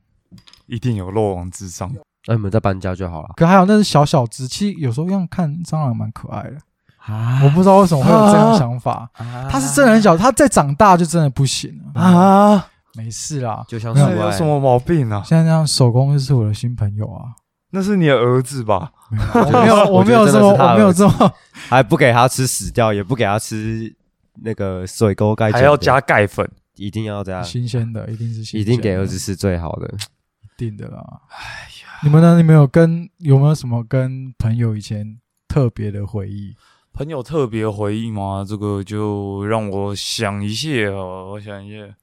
C: 一定有漏网之章。
A: 那你们再搬家就好了
B: 可还有那是小小只，其实有时候用看蟑螂蛮可爱的。
A: 啊
B: 我不知道为什么会有这样的想法。它是真的很小，它再长大就真的不行了啊。
C: 啊，
B: 没事啦，
A: 就像
B: 没
A: 是哎
B: 有
C: 那有什么毛病啊？
B: 现在这样手工就是我的新朋友啊。
C: 那是你的儿子吧？
B: 我没有，我
A: 我
B: 没
A: 觉得
B: 有
A: 真
B: 这
A: 的
B: 么，
A: 是他
B: 我没有
A: 儿子
B: 这么，
A: 还不给他吃死掉，也不给他吃那个水沟盖，
C: 还要加，钙粉，
A: 一定要这样，
B: 新鲜的，一定是新
A: 一定
B: 鲜
A: 给
B: 的
A: 儿子吃最好的。
B: 一定的啦。哎呀，你们呢？你们有跟有没有什么跟朋友以前特别的回忆？
C: 朋友特别回忆吗？这个就让我想一下哦，我想一下。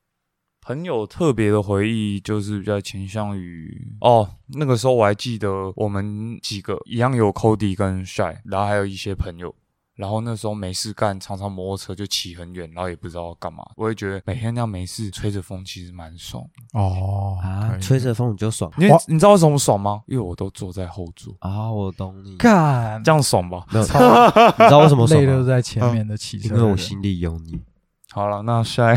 C: 朋友特别的回忆就是比较倾向于哦，那个时候我还记得我们几个一样有 Cody 跟 Shy，然后还有一些朋友，然后那时候没事干，常常摩托车就骑很远，然后也不知道干嘛。我也觉得每天那样没事吹着风其实蛮爽，
B: 哦可以
A: 啊吹着风你就爽
C: 因为
B: 哇
C: 你知道为什么爽吗？因为我都坐在后座，
A: 啊！我懂你，
B: 干，
C: 这样爽吧？
A: 没有，你
B: 操
A: 知道为什么爽
B: 累都
A: 吗？
B: 在前面的骑车
A: 因
B: 的人，
A: 为我心里有
B: 嗯
A: 你。
C: 好了，那 Shy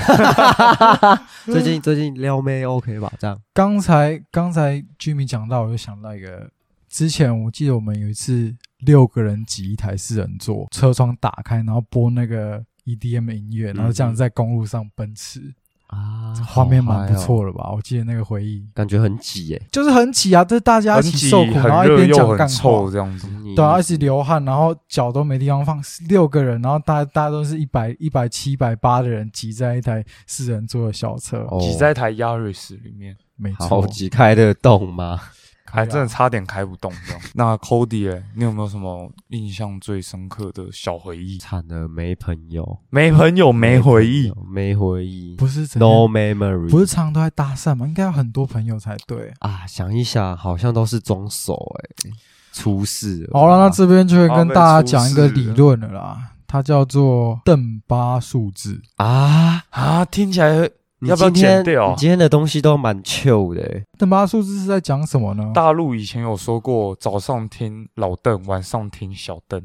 A: 最近最近撩妹 OK 吧？这样
B: 刚才刚才 Jimmy 讲到，我就想到一个，之前我记得我们有一次六个人挤一台四人座，车窗打开，然后播那个 EDM 音乐，然后这样在公路上奔驰，
A: 啊哦
B: 画面蛮不，错的吧？我记得那个回忆
A: 感觉很挤耶。
B: 就是很挤啊，就是大家
C: 很
B: 一起
C: 挤，
B: 受苦，然后
C: 很
B: 一
C: 热
B: 边
C: 又
B: 讲干
C: 很臭
B: 话。
C: 这样子。
B: 对啊，一起流汗，然后脚都没地方放，六个人，然后大大家都是一百一百七、一百八的人挤在一台四人座的小车，
A: 哦
C: 挤在一台亚瑞斯里面，
B: 没错
A: 好，挤开得动吗？
C: 还真的差点开不动这 样。那 Cody，、欸、你有没有什么印象最深刻的小回忆？
A: 惨了，没朋友，
C: 没朋友，没回忆，
A: 没回忆
B: 不是整天
A: ，No memory。
B: 不是常常都在搭讪吗？应该有很多朋友才对。
A: 啊，想一想，好像都是装熟哎、出事了
B: 好了，那这边就会
C: 好
B: 跟
C: 没
B: 大家
C: 出
B: 讲一个
C: 啊事
B: 理
C: 了
B: 论了啦，它叫做邓巴数字。
A: 啊，
C: 啊，听起来
A: 你
C: 要不要
A: 今天
C: 剪掉啊
A: 你今天的东西都蛮 chill 的、欸，
B: 邓巴数字是在讲什么呢？
C: 大陆以前有说过，早上听老邓，晚上听小邓。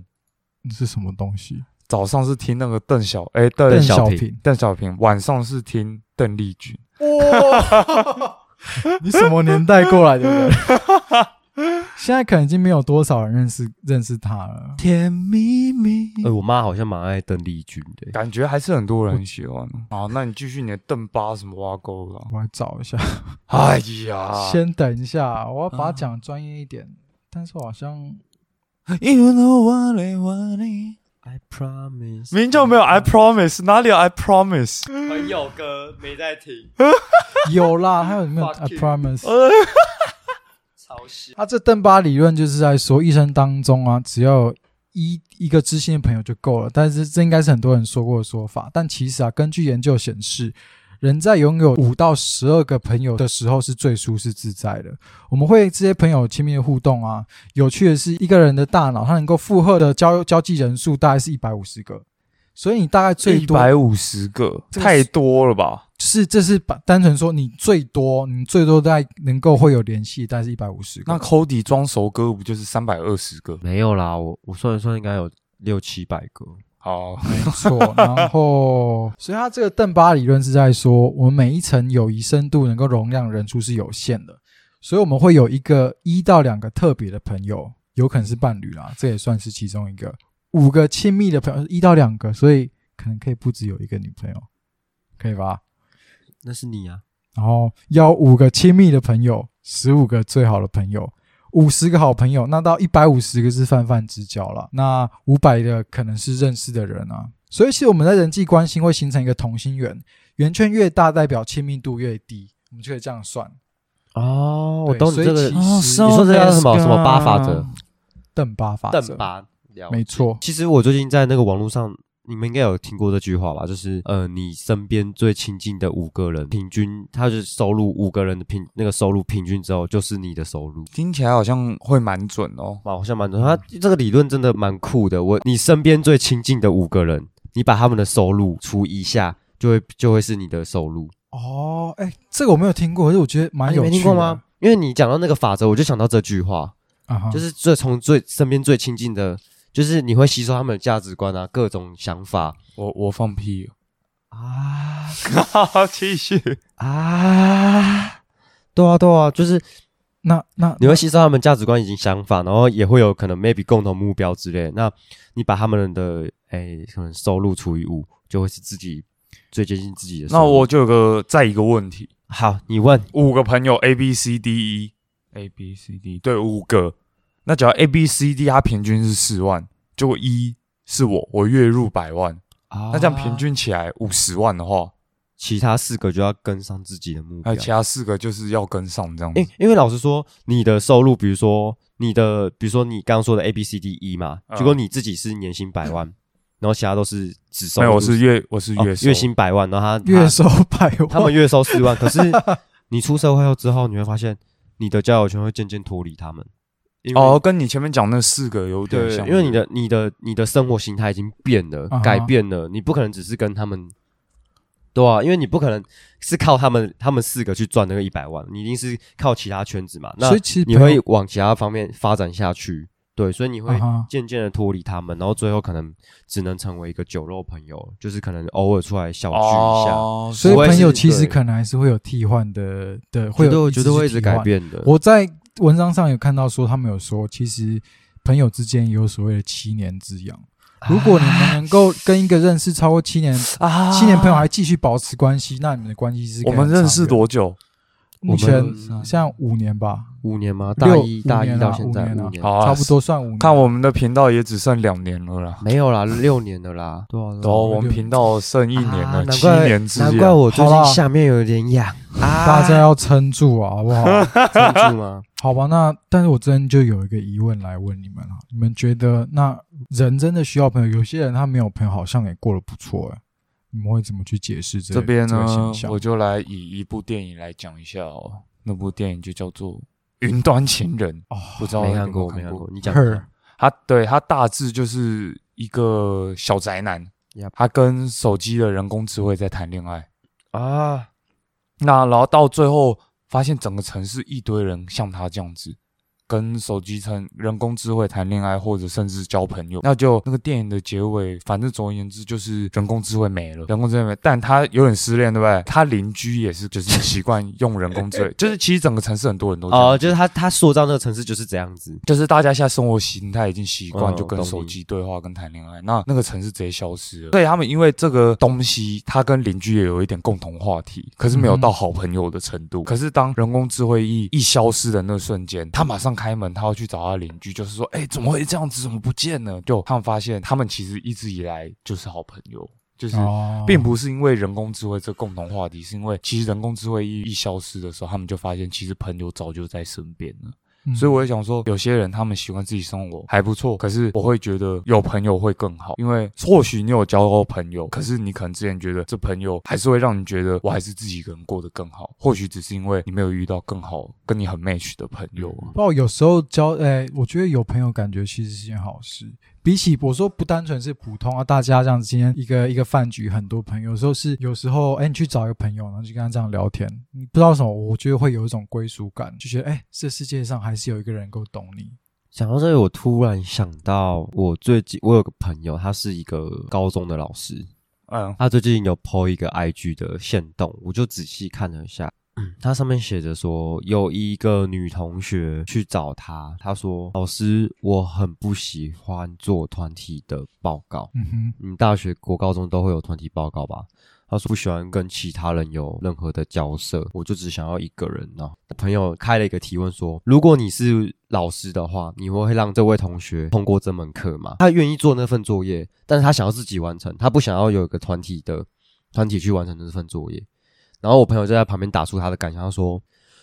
B: 是什么东西？
C: 早上是听那个邓小，哎、邓
B: 邓
A: 小
B: 小
A: 平
B: 平。
C: 邓小平，晚上是听邓丽君。
B: 你什么年代过来的人？现在可能已经没有多少人认识认识他了。
C: 甜蜜蜜，
A: 呃，我妈好像蛮爱邓丽君的、欸
C: 感觉还是很多人喜欢啊。那你继续你的邓巴什么挖沟了？
B: 我来找一下，
C: 哎呀，
B: 先等一下，我要把它
C: 嗯
B: 讲专业一点。但是我好像
C: You know what I want，
A: I promise，
C: 名就没有 I promise，哪里有 I promise？
A: 朋友歌没在听，
B: 有啦，还有没有
A: Fuck
B: ？I
A: you
B: promise。
A: 超喜
B: 他这邓巴理论就是在说，一生当中啊，只要有一一个知心的朋友就够了。但是这应该是很多人说过的说法，但其实啊，根据研究显示，人在拥有五到十二个朋友的时候是最舒适自在的。我们会这些朋友亲密的互动啊，有趣的是，一个人的大脑它能够负荷的交交际人数大概是一百五十个，所以你大概最
C: 一
B: 多
C: 百五十个，
B: 这个
C: 太
B: 是
C: 多了吧？
B: 就是这是把单纯说你最多你最多在能够会有联系，大概是一百五十个。
C: 那 Cody 装熟歌不就是三百二十个？
A: 没有啦，我我算一算应该有六七百个，
C: 好，
B: 没错，然后，所以他这个邓巴理论是在说，我们每一层友谊深度能够容量人数是有限的，所以我们会有一个一到两个特别的朋友，有可能是伴侣啦，这也算是其中一个。五个亲密的朋友，一到两个，所以可能可以不只有一个女朋友，可以吧？
A: 那是你啊，
B: 然后要五个亲密的朋友，十五个最好的朋友，五十个好朋友，那到一百五十个是泛泛之交了。那五百的可能是认识的人啊。所以其实我们在人际关系会形成一个同心圆，圆圈越大，代表亲密度越低，我们就可以这样算。
A: 哦，我
B: 对
A: 懂你
B: 所以
A: 这个，
B: 其
A: 你
B: 实
C: 哦
A: 说这叫什么
C: so
A: 什么八法则？
B: 邓巴法则，
A: 邓巴，了解
B: 没错，
A: 其实我最近在那个网络上，你们应该有听过这句话吧？就是呃，你身边最亲近的五个人，平均他是收入五个人的平那个收入平均之后，就是你的收入。
C: 听起来好像会蛮准哦。
A: 哇，好像蛮多，他这个理论真的蛮酷的。我你身边最亲近的五个人，你把他们的收入除一下，就会就会是你的收入。
B: 哦，哎，这个我没有听过，可是我觉得
A: 啊
B: 蛮
A: 你
B: 有
A: 没
B: 趣的。
A: 听过吗？？因为你讲到那个法则，我就想到这句话，
B: 啊哈，
A: 就是最从最身边最亲近的，就是你会吸收他们的价值观啊，各种想法
C: 我我放屁了，
A: 啊。
C: 哈哈，继续。
A: 啊，对啊，对啊，就是
B: 那那
A: 你会吸收他们价值观以及想法，然后也会有可能 maybe 共同目标之类的。那你把他们的诶可能收入除以五，就会是自己最接近自己的收
C: 那
A: 入。
C: 我就有个再一个问题，
A: 好，你问
C: 五个朋友 A B C D E， A B C D，对，五个。那只要 A B C D，它平均是四万，结果一是我，我月入百万，
A: 啊
C: 那这样平均起来五十万的话，
A: 其他四个就要跟上自己的目
C: 还
A: 标
C: 有。其他四个就是要跟上这样子
A: 因。因为老实说，你的收入，比如说你的，比如说你刚刚说的 A B C D E 嘛，
C: 嗯
A: 如果你自己是年薪百万，然后其他都是只收
C: 没
A: 入，
C: 有，我是月我是
A: 哦
C: 月收
A: 月薪百万，然后他
B: 月
A: 他
B: 收百万，
A: 他们月收四万，可 是你出社会后之后，你会发现你的交友圈会渐渐脱离他们，因为
C: 哦，跟你前面讲那四个有点
A: 对，
C: 像，
A: 因为你的你的你的生活形态已经变了
B: 啊哈，
A: 改变了，你不可能只是跟他们，对啊，因为你不可能是靠他们他们四个去赚那个一百万，你一定是靠其他圈子嘛，那
B: 所以其实
A: 你
B: 朋
A: 会
B: 友
A: 往其他方面发展下去，对，所以你会
B: 啊哈
A: 渐渐的脱离他们，然后最后可能只能成为一个酒肉朋友，就是可能偶尔出来小聚一下，
C: 哦，
B: 所以
A: 不会
B: 朋友
A: 是
B: 其实
A: 对
B: 可能还是会有替换的的，会
A: 绝对
B: 有
A: 会绝对会一
B: 去
A: 直
B: 替换
A: 改。变的。
B: 我在文章上有看到说，他们有说，其实朋友之间也有所谓的七年之痒。如果你们能够跟一个认识超过七年、
C: 啊
B: 七年朋友还继续保持关系，那你们的关系是
C: 我们认识
B: 多
C: 多久？
B: 目
A: 我
B: 前
A: 们
B: 像五年吧，
A: 五年吗？
B: 六
A: 大一
B: 五
A: 大
B: 年
A: 一
B: 啊
A: 到现在
B: 五年啊
A: 五年，
C: 好啊，
B: 差不多算五年。
C: 看我们的频道也只剩两年了啦，
A: 没有啦，六年的啦，对啊，对啊
C: 然后嗯我们频道剩哦一年
A: 啊
C: 了，
A: 难
C: 七
A: 怪
C: 年之
A: 难
C: 痒
A: 怪我最
B: 好
A: 近
B: 啦
A: 下面有点 痒，
B: 大家要撑住啊，好不 好？
A: 撑住
C: 哦
A: 吗？
B: 好吧，那但是我真就有一个疑问来问你们了，你们觉得那人真的需要朋友？有些人他没有朋友，好像也过得不错哎、你们会怎么去解释这
C: 这边
B: 这
C: 呢
B: 个现，象
C: 我？就来以一部电影来讲一下哦。那部电影就叫做《云端情人》，
B: 哦，
C: 不知道
A: 没
C: 有
A: 看
C: 没有
A: 过，没
C: 看
A: 看过， 你讲
B: 二
C: 他对他大致就是一个小宅男
A: Yep，
C: 他跟手机的人工智慧在谈恋爱。
A: 啊？
C: 那然后到最后发现整个城市一堆人像他这样子，跟手机成人工智慧谈恋爱，或者甚至交朋友。那就那个电影的结尾，反正总而言之就是人工智慧没了，人工智慧没了，但他有点失恋，对不对？他邻居也是，就是习惯用人工智慧，就是其实整个城市很多人都这样
A: 哦，就是他他塑造那个城市就是这样子，
C: 就是大家现在生活形态已经习惯
A: 嗯
C: 就跟
A: 懂
C: 手
A: 你
C: 机对话、跟谈恋爱，那那个城市直接消失了。所以他们因为这个东西，他跟邻居也有一点共同话题，可是没有
B: 嗯
C: 到好朋友的程
A: 嗯
C: 度。可是当人工智慧一一消失的那瞬间，他马上开门，他要去找他邻居，就是说，哎、怎么会这样子？怎么不见了？就他们发现，他们其实一直以来就是好朋友，就是。
B: 哦，
C: 并不是因为人工智慧这共同话题，是因为其实人工智慧一一消失的时候，他们就发现其实朋友早就在身边了。
B: 嗯，
C: 所以我也想说，有些人他们喜欢自己生活还不错，可是我会觉得有朋友会更好，因为或许你有交过朋友，可是你可能之前觉得这朋友还是会让你觉得我还是自己一个人过得更好，或许只是因为你没有遇到更好跟你很 match 的朋友啊。
B: 不知道有时候交哎、我觉得有朋友感觉其实是件好事。比起我说不单纯是普通啊，大家这样子今天一个一个饭局，很多朋友，有时候是有时候哎、你去找一个朋友，然后就跟他这样聊天，你不知道为什么，我觉得会有一种归属感，就觉得哎、这世界上还是有一个人够懂你。
A: 讲到这里，我突然想到，我最近我有个朋友，他是一个高中的老师，
C: 嗯，
A: 他最近有 PO 一个 IG 的限动，我就仔细看了一下，嗯，它上面写着说有一个女同学去找他，他说：“老师，我很不喜欢做团体的报告。
B: 嗯哼，
A: 嗯，大学、国高中都会有团体报告吧？”他说不喜欢跟其他人有任何的交涉，我就只想要一个人呢、我朋友开了一个提问说：“如果你是老师的话，你会让这位同学通过这门课吗？”他愿意做那份作业，但是他想要自己完成，他不想要有一个团体的团体去完成这份作业。然后我朋友就在旁边打出他的感想，他说：“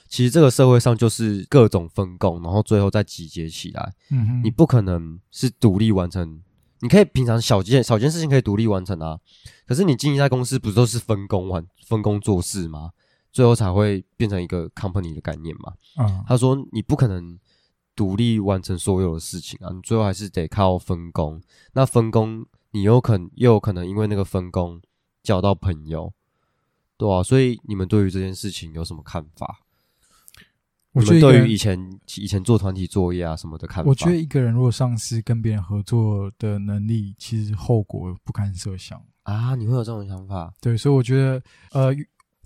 A: 其实这个社会上就是各种分工，然后最后再集结起来。
B: 嗯哼，
A: 你不可能是独立完成，你可以平常小件小件事情可以独立完成啊。可是你经营一家公司，不都是分工完分工做事吗？最后才会变成一个 company 的概念嘛。
B: 嗯
A: 他说你不可能独立完成所有的事情啊，你最后还是得靠分工。那分工你有可能又有可能因为那个分工交到朋友，对啊。所以你们对于这件事情有什么看法？
B: 我
A: 你们
B: 觉得一个
A: 对
B: 人
A: 于以前以前做团体作业啊什么的看法？
B: 我觉得一个人如果丧失跟别人合作的能力，其实后果不堪设想。
A: 啊，你会有这种想法？
B: 对，所以我觉得，呃，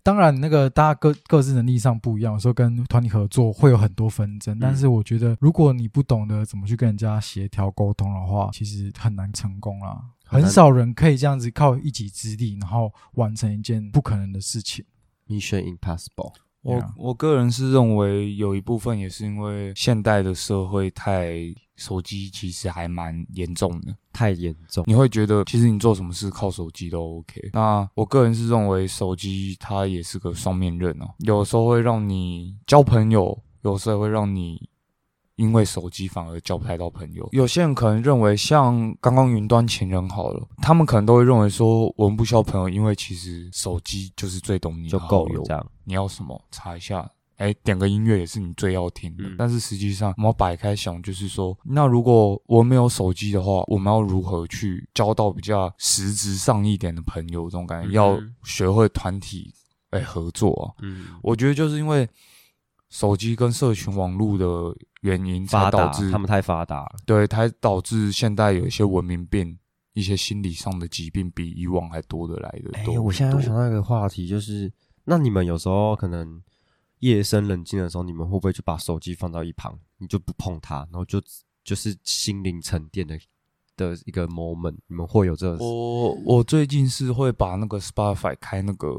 B: 当然那个大家各各自能力上不一样，有时候跟团体合作会有很多纷争。但
A: 嗯
B: 是我觉得，如果你不懂得怎么去跟人家协调沟通的话，其实很难成功啦。
A: 很
B: 很
A: 难
B: 少人可以这样子靠一己之力，然后完成一件不可能的事情。
A: Mission Impossible。
C: 我
B: Yeah
C: 我个人是认为有一部分也是因为现代的社会太手机其实还蛮严重的，
A: 太严重。
C: 你会觉得其实你做什么事靠手机都 OK。那我个人是认为手机它也是个双面刃哦、有时候会让你交朋友，有时候会让你因为手机反而交不太到朋友。有些人可能认为像刚刚云端情人好了，他们可能都会认为说我们不需要朋友，因为其实手机就是最懂你
A: 就
C: 的
A: 够
C: 好
A: 了
C: 友，
A: 这样。
C: 你要什么查一下。哎，点个音乐也是你最要听的，
A: 嗯
C: 但是实际上我们要摆开想，就是说，那如果我没有手机的话，我们要如何去交到比较实质上一点的朋友？这种感觉、
A: 嗯
C: 要学会团体哎合作啊。
A: 嗯，
C: 我觉得就是因为手机跟社群网络的原因，才
A: 发
C: 导
A: 达，
C: 致
A: 他们太发达了。
C: 对，才导致现在有一些文明病、一些心理上的疾病比以往还多得来的
A: 哎、
C: 多。
A: 我现在又
C: 多
A: 想到一个话题，就是那你们有时候可能夜深人静的时候，你们会不会就把手机放到一旁，你就不碰它，然后就就是心灵沉淀的的一个 moment？你们会有这种
C: 我我最近是会把那个 Spotify 开那个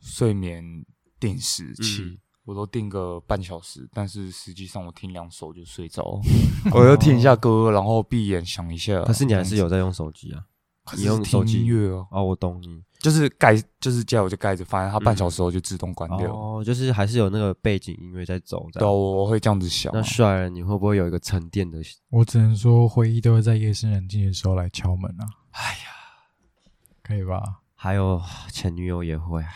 C: 睡眠定时器，
A: 嗯
C: 我都定个半小时，但是实际上我听两首就睡着 了，我就听一下歌，然后闭眼想一下。
A: 可是你还是有
C: 这样子，
A: 在用手机啊？
C: 可
A: 你
C: 是
A: 用
C: 听
A: 手机
C: 音乐哦，
A: 哦，我懂你。
C: 就是盖就是叫我就盖着，反正它半小时后就自动关掉。
A: 哦，就是还是有那个背景音乐在走这
C: 对啊，
A: 样。
C: 我我会这样子想啊、
A: 那帅了，你会不会有一个沉淀的？
B: 我只能说，回忆都会在夜深人静的时候来敲门啊。哎呀，可以 吧？
A: 还有前女友也会啊，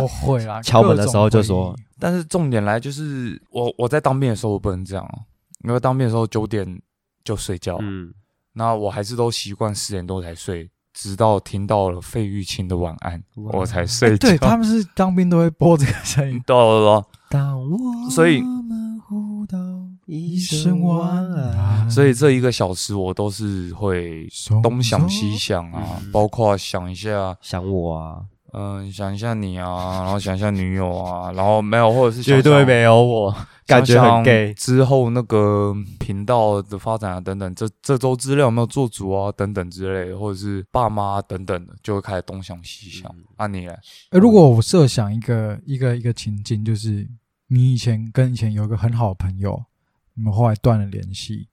B: 都会啦。
A: 敲门的时候就说
B: 各种回忆
C: 但是重点来就是我我在当兵的时候我不能这样哦，因为当兵的时候九点就睡觉，啊
A: 嗯，
C: 那我还是都习惯十点多才睡，直到听到了费玉清的《晚安》，
A: 哇
C: 我才睡觉。。
B: 哎对他们是当兵都会播这个声 音
C: 到了，
A: 当我嗯
C: 所以
A: 们互道一
B: 一生晚安。
C: 所以这一个小时我都是会东想西想啊，包括想一下，
A: 想我啊，
C: 嗯、想一下你啊，然后想一下女友啊，然后没有，或者是想想
A: 有我，感觉
C: 想想
A: 很 gay。
C: 之后那个频道的发展啊，等等，这这周资料有没有做足啊，等等之类的，或者是爸妈啊等等的，就会开始东想西想。啊，你嘞？
B: 呃，如果我设想一个一个一个情境，就是你以前跟以前有一个很好的朋友，你们后来断了联系，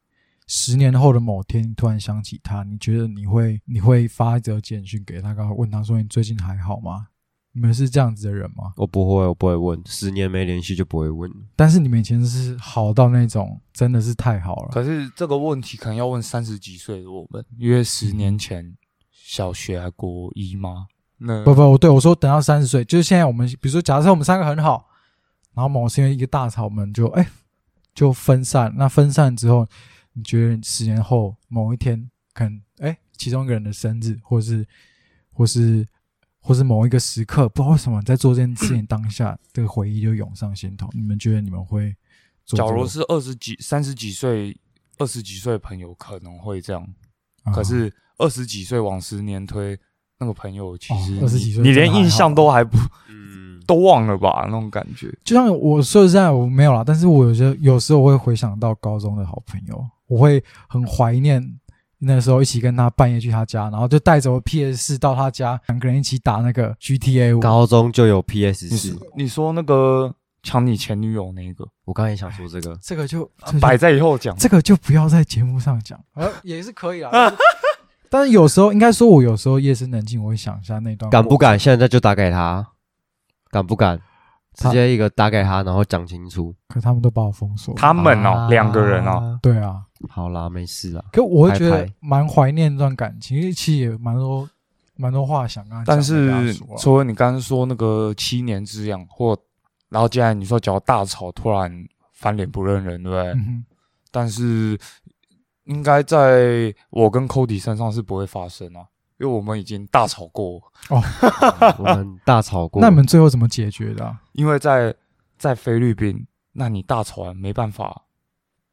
B: 十年后的某天你突然想起他，你觉得你会你会发一则简讯给他，然后问他说你最近还好吗？你们是这样子的人吗？
A: 我不会，我不会问，十年没联系就不会问。
B: 但是你们以前是好到那种真的是太好了，
C: 可是这个问题可能要问三十几岁的我们，因为十年前小学还国一吗？那
B: 不不，我对我说等到三十岁，就是现在我们比如说假设我们三个很好，然后某是因为一个大吵，我们就哎、就分散。那分散之后，你觉得十年后某一天，可能哎、其中一个人的生日，或是或是或是某一个时刻，不知道为什么在做这件事情当下，这个回忆就涌上心头。你们觉得你们会做这
C: 假
B: 个？
C: 如是二十几、三十几岁、二十几岁的朋友可能会这样，
B: 啊
C: 可是二十几岁往十年推，那个朋友其实
B: 哦20几
C: 你
B: 岁真
C: 你
B: 的
C: 连
B: 还
C: 印象
B: 好
C: 都还不
A: 嗯，
C: 都忘了吧，那种感觉。
B: 就像我说实在我没有啦，但是我有些有时候我会回想到高中的好朋友，我会很怀念那时候一起跟他半夜去他家，然后就带着我 PS 四到他家，两个人一起打那个 GTA 五。
A: 高中就有 PS 四，
C: 你说那个抢你前女友那个，
A: 我刚才也想说这个，
B: 这个就这个就
C: 摆在以后讲。
B: 这个就不要在节目上讲，呃，也是可以啦。 但是但是有时候应该说，我有时候夜深人静，我会想一下那段
A: 敢不敢现在就打给他？敢不敢？
B: 他
A: 直接一个打给他，然后讲清楚。
B: 可他们都把我封锁了。
C: 他们哦
A: 啊，
C: 两、个人哦，，
B: 对啊，
A: 好啦，没事啦。
B: 可我会觉
A: 拍
B: 得
A: 拍
B: 蛮怀念这段感情，因为其实也蛮多蛮多话想跟他讲
C: 但
B: 没跟他
C: 是
B: 说啊
C: 除了你刚刚说那个七年之痒，或然后接下来你说只要大吵突然翻脸不认人，对不对？
B: 嗯哼
C: 但是应该在我跟 Cody 身上是不会发生啊，因为我们已经大吵过，
A: 我们大吵 过，
B: 那你们最后怎么解决的啊、
C: 因为在在菲律宾，那你大吵完没办法，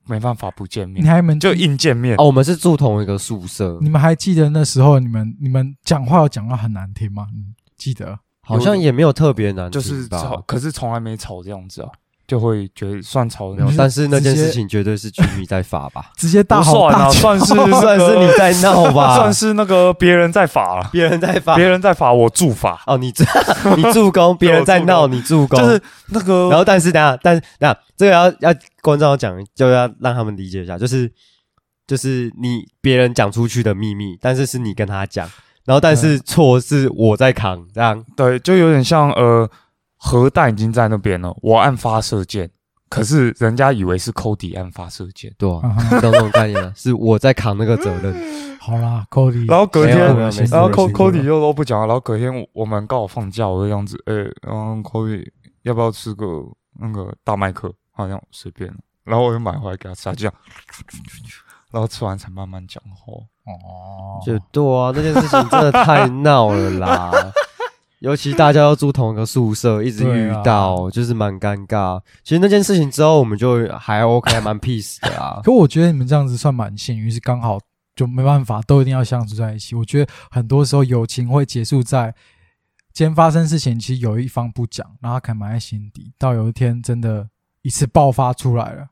C: 没办法不见
B: 你
C: 面，
B: 还们
C: 就硬见面。
A: 哦，我们是住同一个宿舍
B: 你，们还记得那时候你们你们讲话有讲到很难听吗？嗯，记得。
A: 好像也没有特别难听吧，
C: 就是吵，可是从来没吵这样子啊。就会觉得算吵
A: 没有
C: 闹，，
A: 但是那件
B: 直接，
A: 事情绝对是居民在罚吧
B: 直接大
C: 不
B: 吼
C: 算
B: 大
C: 啊，
B: 叫，
C: 算是
A: 算是你在闹 吧，
C: 算是那个别人在罚了，
A: 别人在罚。
C: 别人在罚我助罚，
A: 哦，你助 你助 攻，别人在闹，
C: 我
A: 你助攻，
C: 就是那个
A: 然后但是等下，但等下这个要要观众要讲，就要让他们理解一下，就是就是你别人讲出去的秘密，但是是你跟他讲，然后但是错是我在扛，这样
C: 对，就有点像呃，核弹已经在那边了，我按发射键，可是人家以为是 Cody 按发射键，
A: 对、
B: 嗯
A: 啊，
B: 哼
A: 你懂这种概念吗？是我在扛那个责任，
B: 好啦，Cody，
C: 然后隔天
A: 没有没有没事
C: 然后
A: 没事
C: Co
A: 没事
C: Cody 就都不讲了，然后隔天我我们刚好放假，我就这样子，哎、然后 Cody 要不要吃个那个大麦克？好像随便，然后我就买回来给他吃，他就这样， 然后吃完才慢慢讲话。
B: 哦，
A: 就对啊，那件事情真的太闹了啦。尤其大家要住同一个宿舍，一直遇
B: 啊
A: 到，就是蛮尴尬。其实那件事情之后，我们就还 OK，还蛮 peace 的 啊。
B: 可我觉得你们这样子算蛮幸运，是刚好就没办法，都一定要相处在一起。我觉得很多时候友情会结束在，今天发生事情，其实有一方不讲，然后他可能埋在心底，到有一天真的一次爆发出来了，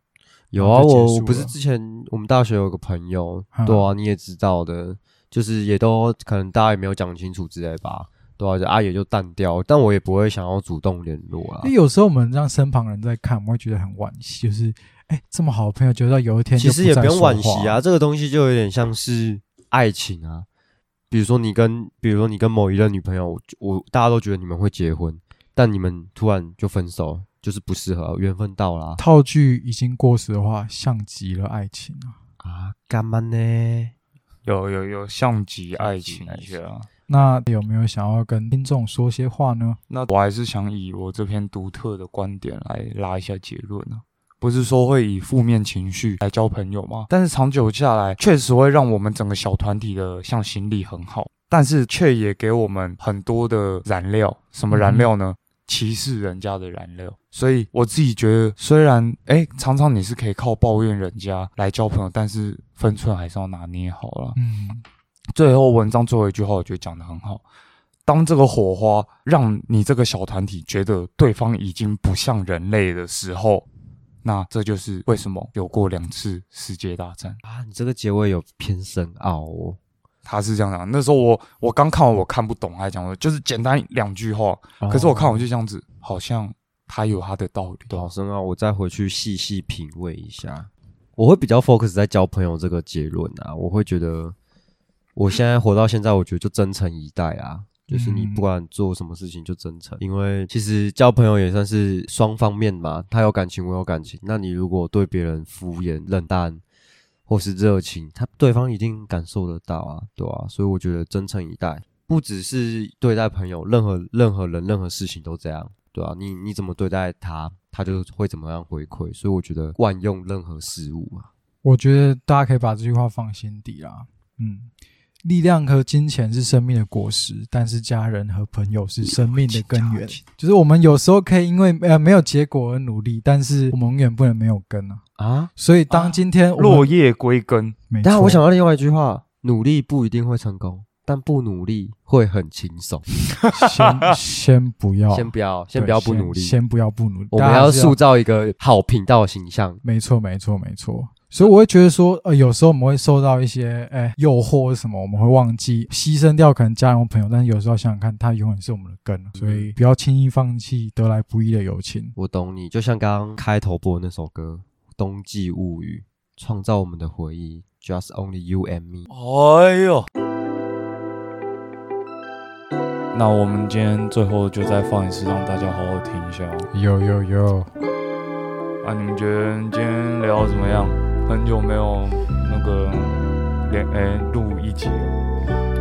A: 有啊，
B: 然后就结
A: 我我
B: 束
A: 不是
B: 了
A: 之前我们大学有个朋友，
B: 嗯
A: 对啊，你也知道的，就是也都可能大家也没有讲清楚之类吧，对啊，就啊也就淡掉，但我也不会想要主动联络啦
B: 因为。有时候我们让身旁人在看，我们会觉得很惋惜，就是哎，这么好的朋友，觉得有一天
A: 其
B: 就
A: 实也
B: 不
A: 不
B: 再
A: 用
B: 说话
A: 惋惜啊，，这个东西就有点像是爱情啊，比如说你跟，比如说你跟某一任女朋友，我我大家都觉得你们会结婚，但你们突然就分手，就是不适合，缘分到啊啦
B: 套句已经过时的话，像极了爱情啊。
A: 啊，干嘛呢？
C: 有有有，像极爱情
A: 爱
C: 一
A: 情
C: 下。
B: 那有没有想要跟听众说些话呢？
C: 那我还是想以我这篇独特的观点来拉一下结论啊。不是说会以负面情绪来交朋友吗？但是长久下来，确实会让我们整个小团体的向心力很好，但是却也给我们很多的燃料。什么燃料呢？歧视人家的燃料。所以我自己觉得，虽然哎，常常你是可以靠抱怨人家来交朋友，但是分寸还是要拿捏好了。
B: 嗯，
C: 最后文章最后一句话，我觉得讲的很好。当这个火花让你这个小团体觉得对方已经不像人类的时候，那这就是为什么有过两次世界大战。
A: 啊，你这个结尾有偏深奥哦。
C: 他是这样讲。那时候我我刚看完，我看不懂他在讲的，就是简单两句话。可是我看我就这样子，好像他有他的道理。
A: 对，好深奥，我再回去细细品味一下。我会比较 focus 在交朋友这个结论啊，我会觉得我现在活到现在，我觉得就真诚以待啊，就是你
B: 嗯
A: 不管做什么事情就真诚，因为其实交朋友也算是双方面嘛，他有感情，我有感情。那你如果对别人敷衍冷淡。或是热情，他对方一定感受得到啊，对啊，所以我觉得真诚以待，不只是对待朋友，任何任何人、任何事情都这样，对啊，你你怎么对待他，他就会怎么样回馈，所以我觉得惯用任何事物啊，
B: 我觉得大家可以把这句话放心底啦。嗯，力量和金钱是生命的果实，但是家人和朋友是生命的根
A: 啊
B: 源。就是我们有时候可以因为呃没有结果而努力，但是我们永远不能没有根啊。
A: 啊，
B: 所以当今天我们、
C: 落叶归根，
B: 没
A: 但
B: 错，
A: 我想到另外一句话，努力不一定会成功，但不努力会很轻松。
B: 先先不要，
A: 先不要，哦先
B: 对
A: 不要不努力，
B: 先不要不努力，
A: 我们
B: 大家
A: 要
B: 还是
A: 塑造一个好频道的形象。
B: 没错，没错，没错。所以我会觉得说，呃，有时候我们会受到一些诶诱惑或什么，我们会忘记牺牲掉可能家人或朋友，但是有时候想想看，它永远是我们的根，所以不要轻易放弃得来不易的友情。
A: 我懂你，就像刚刚开头播的那首歌《冬季物语》，创造我们的回忆，Just Only You and Me。
C: 哎呦！那我们今天最后就再放一次，让大家好好听一下、哦。
B: 有有有，
C: 啊，你们觉得今天聊得怎么样？很久没有那个连哎录一集了，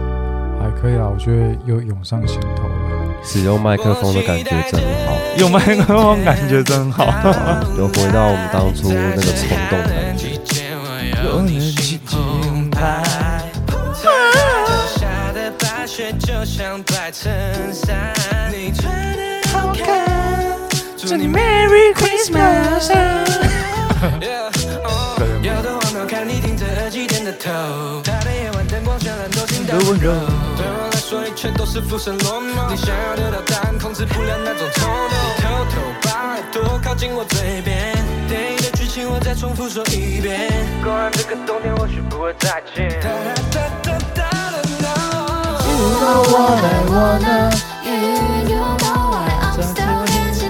B: 还可以啦，我觉得又涌上心头了。
A: 使用麦克风的感觉真好，
C: 有麦克风感觉真好。
A: 又回到我们当初那个冲动的感觉。
E: 有你心澎湃。下的白雪就像白衬衫，你穿的好看，祝你 Merry Christmas。Yeah, oh, 有多荒谬，看你顶着耳机点的头，他的夜晚灯光绚烂，多情到温柔。对我来说，一全都是浮生落寞。你想要得到答案，控制不了那种冲动。你偷偷把耳朵靠近我嘴边，电影的剧情我再重复说一遍。过完这个冬天，或许不会再见。哒哒哒哒哒哒哒。
D: You you know why I'm still here，期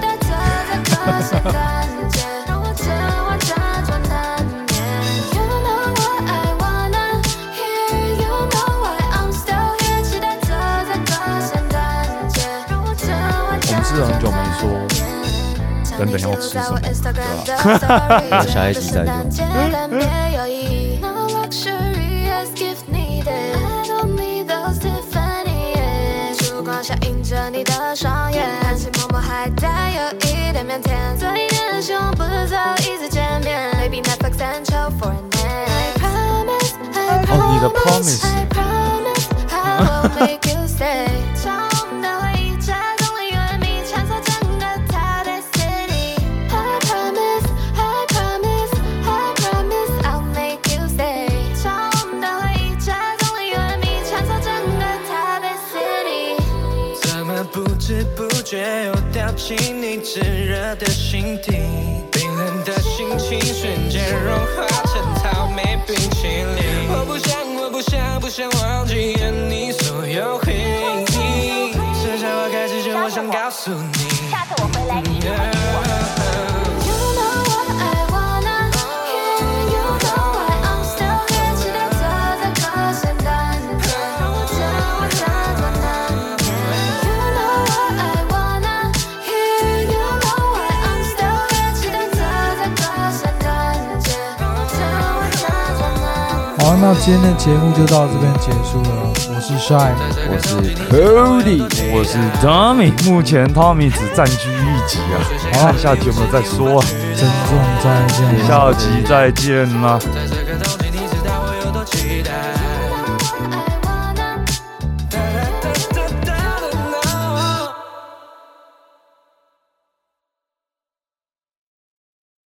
D: 待着这个圣诞节，让我千万辗转难眠。You know what I wanna hear，You know why I'm still here，期待着这个圣诞节，让我千万辗转难眠。我
C: 我们
D: 们
C: 是
D: 是
C: 很
D: 很
C: 久没
D: 久没
C: 说
D: 说，
C: 等
D: 等
C: 等要吃什么对
D: 等要吃什么吧
A: 下一集再说。
D: 但别犹豫。No luxury is gift needed. I don't need those Tiffany. 烛光下映着你的双眼，含情脉脉还带有一点腼腆。嘴脸的凶，不是早已次见面。Maybe Netflix and chill for a night. I promise, I
C: 哦你的
D: promise,
C: promise
D: I promise, I will make you stay. 窗的回忆夹攻了原迷，穿梭整个 Tired City. I promise, I promise, I promise, I'll make you stay. 窗的回忆夹攻了原迷，穿梭整个 Tired City.
E: 怎么不知不觉又掉进你炙热的心底？冰冷的心情瞬间融化成草莓冰淇淋。我不想，我不想，不想忘记了你所有回忆。剩下花开之前，我想告诉你。下次我回来，你我。
D: You know what I wanna hear. You know why I'm still here. 期待着这个圣诞节，让我千万辗转难眠。You know what I wanna hear. You know why I'm still here. 期待着这个圣诞节，让我千万辗转难眠。
B: 好，啊那今天的节目就到这边结束了。我是 Shy，
C: 我是 Cody，我是 Tommy。目前 Tommy 只占据一集啊，看下集有没有再说啊？
B: 珍重再见。
C: 下集再见啦。
E: 在这个冬季，你知道我有多期待。